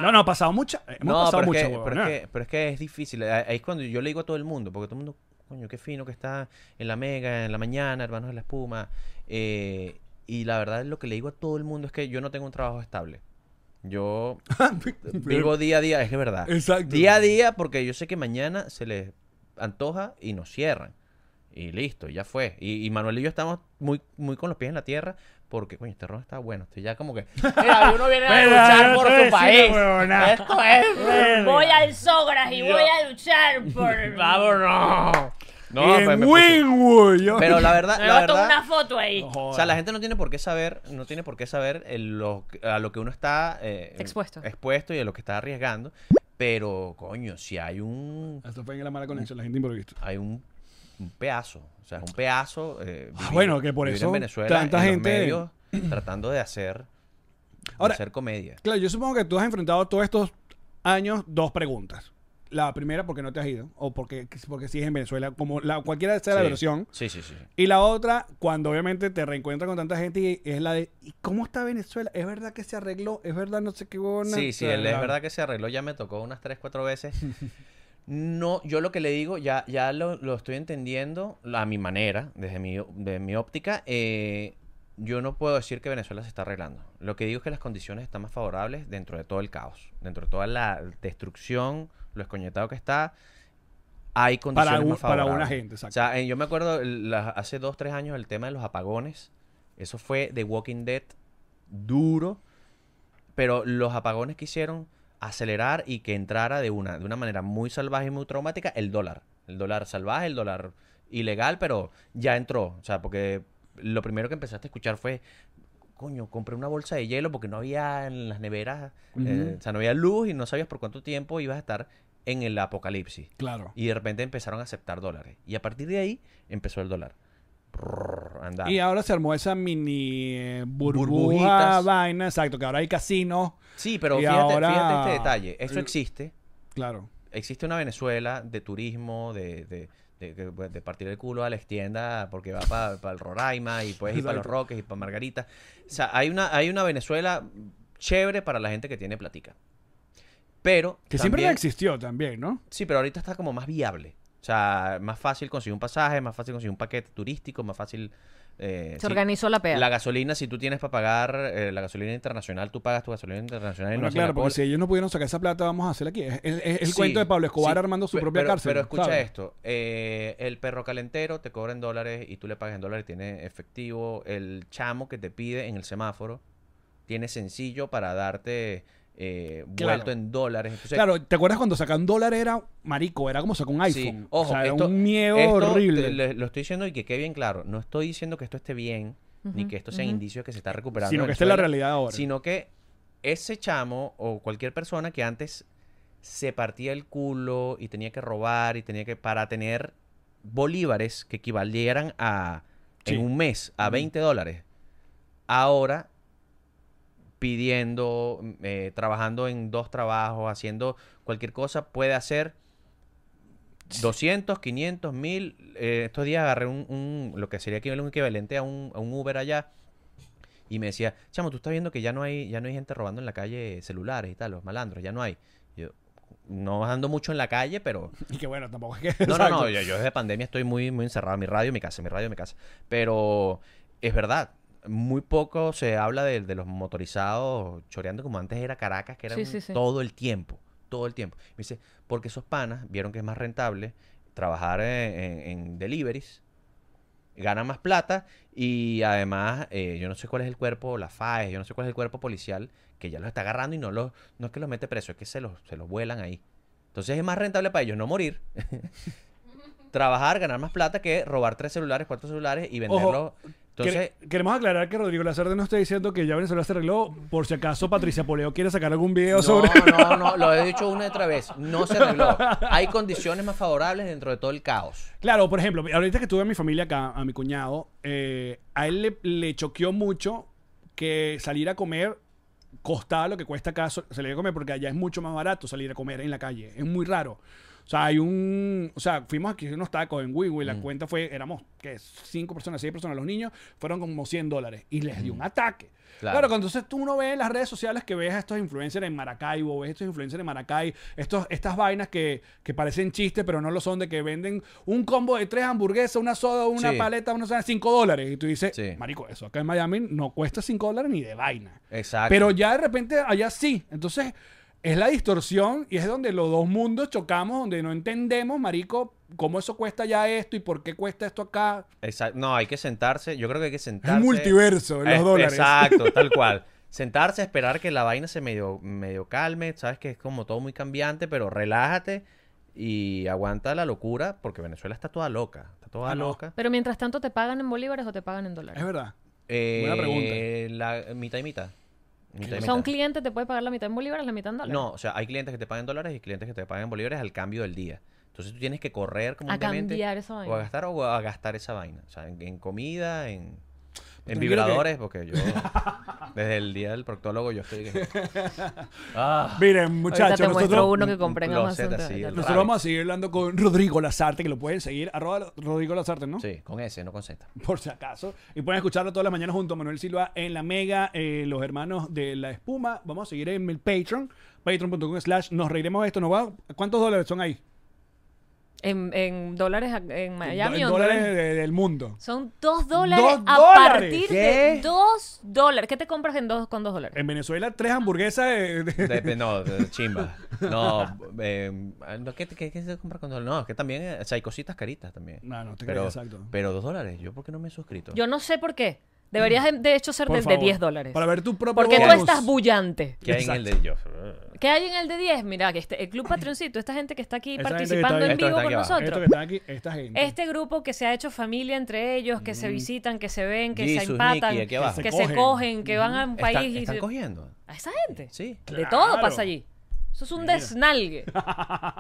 S4: No, no, ha pasado mucha. Hemos
S6: no,
S4: pasado
S6: pero,
S4: mucha
S6: es que, pero,
S4: huevona.
S6: es que, pero es que es difícil. Ah, Ahí es cuando yo le digo a todo el mundo, porque todo el mundo, coño, qué fino que está en la mega, en la mañana, hermanos de la espuma. Eh, y la verdad, lo que le digo a todo el mundo es que yo no tengo un trabajo estable. Yo vivo día a día, es que es verdad.
S4: Exacto.
S6: Día a día, porque yo sé que mañana se les antoja y nos cierran. Y listo, ya fue. Y, y Manuel y yo estamos muy, muy con los pies en la tierra porque, coño, este ron está bueno. Estoy ya como que. Mira, uno viene a
S5: Mira,
S6: luchar
S5: yo
S6: por
S5: te voy
S6: su
S5: a decir
S6: país.
S5: una huevonada.
S6: Esto es.
S5: Voy al Sogras y
S6: Yo-
S5: voy a luchar por.
S6: Vámonos. No,
S4: En
S6: pues me puse-
S4: Winwood. yo-
S6: Pero la verdad,
S5: Me
S6: la
S5: voy a tomar
S6: verdad.
S5: una foto ahí.
S6: O sea, la gente no tiene por qué saber, no tiene por qué saber el- lo, a lo que uno está eh,
S5: Expuesto.
S6: expuesto y a lo que está arriesgando. Pero, coño, si hay un
S4: Esto fue en la mala conexión, la gente improviso.
S6: hay un, un pedazo. O sea, es un pedazo. eh, vivir-
S4: Ah, bueno, que por
S6: vivir
S4: eso
S6: en Venezuela,
S4: tanta
S6: en los
S4: gente-
S6: medios, tratando de hacer, de
S4: Ahora-
S6: hacer comedia.
S4: Claro, yo supongo que tú has enfrentado todos estos años dos preguntas. La primera, ¿por qué no te has ido? O porque, porque sigues en Venezuela, como la, cualquiera sea la
S6: Sí.
S4: versión.
S6: Sí, sí, sí. sí.
S4: Y la otra, cuando obviamente te reencuentras con tanta gente, y es la de ¿y cómo está Venezuela? ¿Es verdad que se arregló? ¿Es verdad no sé qué huevona?
S6: Sí,
S4: O
S6: sí,
S4: sea,
S6: él es verdad que se arregló, ya me tocó unas 3, 4 veces. No, yo lo que le digo, ya, ya lo, lo estoy entendiendo a mi manera, desde mi, de mi óptica. eh, yo no puedo decir que Venezuela se está arreglando. Lo que digo es que las condiciones están más favorables dentro de todo el caos, dentro de toda la destrucción, lo escoñetado que está. Hay condiciones
S4: un-
S6: más
S4: para una
S6: favorables.
S4: gente, exacto.
S6: O sea, eh, yo me acuerdo el- la- hace dos, tres años el tema de los apagones. Eso fue de Walking Dead duro pero los apagones que hicieron acelerar y que entrara de una, de una manera muy salvaje y muy traumática el dólar. El dólar salvaje, el dólar ilegal, pero ya entró. O sea, porque lo primero que empezaste a escuchar fue, coño, compré una bolsa de hielo porque no había en las neveras, eh,
S4: Ujú.
S6: o sea, no había luz y no sabías por cuánto tiempo ibas a estar en el apocalipsis.
S4: Claro.
S6: Y de repente empezaron a aceptar dólares. Y a partir de ahí empezó el dólar. Prrr, a andar.
S4: Y ahora se armó esa mini eh, burbuja,
S6: Burbujitas.
S4: vaina, exacto, que ahora hay casinos.
S6: sí, pero
S4: y
S6: fíjate,
S4: ahora-
S6: fíjate este detalle. Eso existe.
S4: Claro.
S6: existe una Venezuela de turismo, de, de, de- pues, de- de partir el culo a la extienda porque va para el Roraima y puedes ir para los
S4: Exacto.
S6: Roques y para Margarita. O sea, hay una, hay una Venezuela chévere para la gente que tiene platica. Pero
S4: Que siempre
S6: también-
S4: existió también, ¿no?
S6: Sí, pero ahorita está como más viable. O sea, más fácil conseguir un pasaje, más fácil conseguir un paquete turístico, más fácil... eh,
S5: Se
S6: sí.
S5: organizó la pea.
S6: La gasolina, si tú tienes para pagar eh, la gasolina internacional, tú pagas tu gasolina internacional. y no
S4: Bueno,
S6: hacen la
S4: claro, porque
S6: cola.
S4: si ellos no pudieron sacar esa plata, vamos a hacer aquí. Es, es- es el
S6: Sí,
S4: cuento de Pablo Escobar
S6: sí,
S4: armando su
S6: pe-
S4: propia
S6: pero-
S4: cárcel.
S6: Pero escucha
S4: ¿sabes?
S6: esto: eh, el perro calentero te cobra en dólares y tú le pagas en dólares, tiene efectivo. El chamo que te pide en el semáforo tiene sencillo para darte eh,
S4: Claro.
S6: vuelto en dólares. Entonces,
S4: claro, ¿te acuerdas cuando sacar un dólar era marico? Era como sacar un
S6: sí,
S4: iPhone.
S6: Ojo,
S4: o sea, era
S6: esto-
S4: un miedo
S6: esto te-
S4: horrible.
S6: le- lo estoy diciendo y que quede bien claro: no estoy diciendo que esto esté bien, ni
S5: Ujú,
S6: que esto sean
S5: ujú.
S6: indicios que se está recuperando.
S4: Sino que esta es la
S6: Venezuela,
S4: realidad ahora.
S6: Sino que ese chamo o cualquier persona que antes se partía el culo y tenía que robar y tenía que para tener bolívares que equivalieran a
S4: Sí.
S6: en un mes a
S4: Ujú.
S6: 20 dólares. Ahora pidiendo, mm, eh, trabajando en dos trabajos, haciendo cualquier cosa, puede hacer 200, 500, 1000. Eh, estos días agarré un, un- lo que sería equival- un equivalente a un, a un Uber allá. Y me decía, chamo, tú estás viendo que ya no hay, ya no hay gente robando en la calle celulares y tal, los malandros, ya no hay. Yo, no ando mucho en la calle, pero
S4: Y que bueno, tampoco es que.
S6: no, no,
S4: exacto.
S6: no, yo, yo desde pandemia estoy muy, muy encerrado. Mi radio, mi casa, mi radio, mi casa. Pero es verdad, muy poco se habla de, de los motorizados choreando como antes era Caracas, que eran
S5: Sí, sí, sí.
S6: todo el tiempo, todo el tiempo. Me dice, porque esos panas vieron que es más rentable trabajar en, en- en deliveries ganan más plata y además eh, yo no sé cuál es el cuerpo, la FAES, yo no sé cuál es el cuerpo policial que ya los está agarrando y no los, no es que los mete preso, es que se los, se los vuelan ahí. Entonces es más rentable para ellos no morir, trabajar, ganar más plata que robar tres celulares, cuatro celulares y venderlos.
S4: Ojo,
S6: Entonces,
S4: Quere- Queremos aclarar que Rodrigo Lazarte no está diciendo que ya Venezuela se arregló. Por si acaso Patricia Poleo quiere sacar algún video sobre.
S6: no, no, lo he dicho una y otra vez, no se arregló. Hay condiciones más favorables dentro de todo el caos.
S4: Claro, por ejemplo, ahorita que tuve a mi familia acá, a mi cuñado, eh, a él le, le choqueó mucho que salir a comer costaba lo que cuesta acá so- salir a comer, porque allá es mucho más barato salir a comer en la calle. Es muy raro. O sea, hay un. O sea, fuimos aquí a unos tacos en Wiwi.
S6: Mm.
S4: La cuenta fue, éramos, ¿qué? Cinco personas, seis personas. Los niños fueron como 100 dólares. Y les dio un ataque.
S6: Mm. Claro.
S4: Claro. cuando entonces tú uno ve en las redes sociales que ves a estos influencers en Maracaibo, ves a estos influencers en Maracay, estos, estas vainas que, que parecen chistes, pero no lo son, de que venden un combo de tres hamburguesas, una soda, una
S6: Sí.
S4: paleta, una soda, cinco dólares. Y tú dices,
S6: Sí.
S4: marico, eso acá en Miami no cuesta cinco dólares ni de vaina.
S6: Exacto.
S4: Pero ya de repente allá sí. Entonces es la distorsión y es donde los dos mundos chocamos, donde no entendemos, marico, cómo eso cuesta ya esto y por qué cuesta esto acá.
S6: Exacto. No, hay que sentarse. Yo creo que hay que sentarse.
S4: multiverso de los
S6: Eh,
S4: dólares.
S6: Exacto, tal cual. Sentarse, esperar que la vaina se medio, medio calme. Sabes que es como todo muy cambiante, pero relájate y aguanta la locura porque Venezuela está toda loca. Está toda
S4: Ah, no.
S6: loca.
S5: Pero mientras tanto, ¿te pagan en bolívares o te pagan en dólares?
S4: Es verdad.
S6: Eh,
S4: Buena pregunta.
S6: La mitad y mitad. Mitad y
S5: O sea, un
S6: mitad.
S5: cliente te puede pagar la mitad en bolívares, la mitad en dólares.
S6: No, o sea, hay clientes que te pagan en dólares y clientes que te pagan en bolívares al cambio del día. Entonces tú tienes que correr como un
S5: A
S6: demente
S5: cambiar esa vaina.
S6: O a gastar o a gastar esa vaina. O sea, en, en comida, en, en
S4: Tranquilo
S6: vibradores, porque yo desde el día del proctólogo yo estoy... que- Ah,
S4: Miren,
S5: Ahorita
S4: muchachos,
S5: te muestro
S4: nosotros,
S5: uno que
S6: un-
S5: compré en
S6: un
S5: Amazon.
S6: closet así,
S5: te-
S6: el
S5: te-
S4: nosotros vamos a seguir hablando con Rodrigo Lazarte, que lo pueden seguir, arroba Rodrigo Lazarte, ¿no?
S6: sí, con ese, no con Z.
S4: por si acaso. Y pueden escucharlo todas las mañanas junto a Manuel Silva en La Mega, eh, los hermanos de La Espuma. Vamos a seguir en el Patreon, patreon.com slash nos reiremos de esto. ¿no va? ¿Cuántos dólares son ahí?
S5: En, en dólares a- en Miami
S4: Do-
S5: o en
S4: dólares
S5: dólares-
S4: de- del mundo.
S5: Son dos dólares
S4: ¡Dos
S5: a
S4: dólares!
S5: partir de dos dólares. ¿Qué te compras en dos, con dos dólares?
S4: En Venezuela, tres hamburguesas de, de-
S6: De- no, de chimba. No, eh, no, ¿qué, qué- qué se compra con dólares? No, es que también eh, o sea, hay cositas caritas también.
S4: No, no te
S6: pero,
S4: creas, exacto.
S5: Pues,
S6: Pero dos dólares, ¿yo por qué no me he suscrito?
S5: Yo no sé por qué. Deberías, em, de- de hecho, ser
S4: por
S5: del de
S4: favor,
S5: 10 dólares.
S4: Para ver tu propio
S5: Porque tú
S4: bonus.
S5: estás bullante.
S6: ¿Qué hay en el de yo?
S5: ¿Qué hay en el de 10? Mira, que este, el Club Patroncito, esta gente que está aquí
S4: Esa gente que está
S5: participando
S4: ahí.
S5: en
S6: Estos
S5: vivo
S6: están
S5: con
S6: aquí abajo.
S4: Esto que
S5: nosotros.
S4: está aquí, esta gente.
S5: Este grupo que se ha hecho familia entre ellos, que
S4: Mm.
S5: se visitan, que se ven, que
S6: Jesus,
S5: se empatan,
S6: Nicky, aquí
S5: que
S6: abajo.
S5: se,
S4: Que se
S5: cogen.
S4: cogen,
S5: que van a un país
S6: ¿Están,
S5: y
S6: están
S5: se-
S6: cogiendo?
S5: A esa gente.
S6: Sí.
S5: De todo
S4: Claro.
S5: pasa allí. Eso es un desnalgue.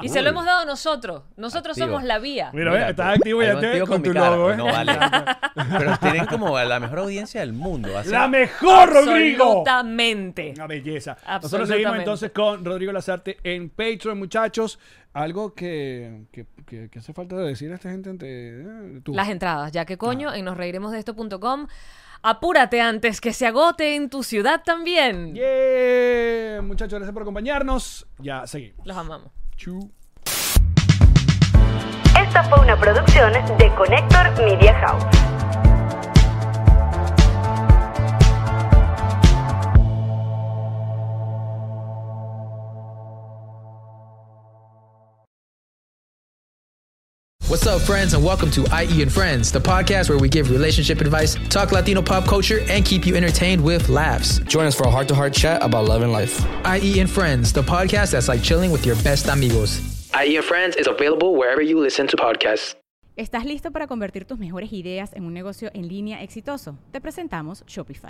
S5: Y se lo hemos dado nosotros. Nosotros
S6: Activo.
S5: somos la vía.
S4: Mira, ve, estás activo
S6: hay
S4: ya
S6: un
S4: te
S6: activo
S4: con
S6: mi
S4: tu
S6: cara. pues
S4: logo, ¿eh?
S6: No vale. Pero tienen como la mejor audiencia del mundo. así.
S4: ¡La mejor, Rodrigo!
S5: Absolutamente.
S4: Una belleza. Nosotros
S5: Absolutamente.
S4: seguimos entonces con Rodrigo Lazarte en Patreon, muchachos. Algo que, que, que- que hace falta decir a esta gente ante eh, tú.
S5: Las entradas, ya que coño, en nosreiremosesto.com. Apúrate antes que se agote en tu ciudad también.
S4: Yeah, muchachos, gracias por acompañarnos. Ya seguimos.
S5: Los amamos.
S4: Chu.
S1: Esta fue una producción de Connector Media House.
S10: What's up, friends, and welcome to IE and Friends, the podcast where we give relationship advice, talk Latino pop culture, and keep you entertained with laughs.
S11: Join us for a heart to heart chat about love and life.
S10: IE and Friends, the podcast that's like chilling with your best amigos.
S11: IE E and Friends is available wherever you listen to podcasts.
S12: ¿Estás listo para convertir tus mejores ideas en un negocio en línea exitoso? Te presentamos Shopify.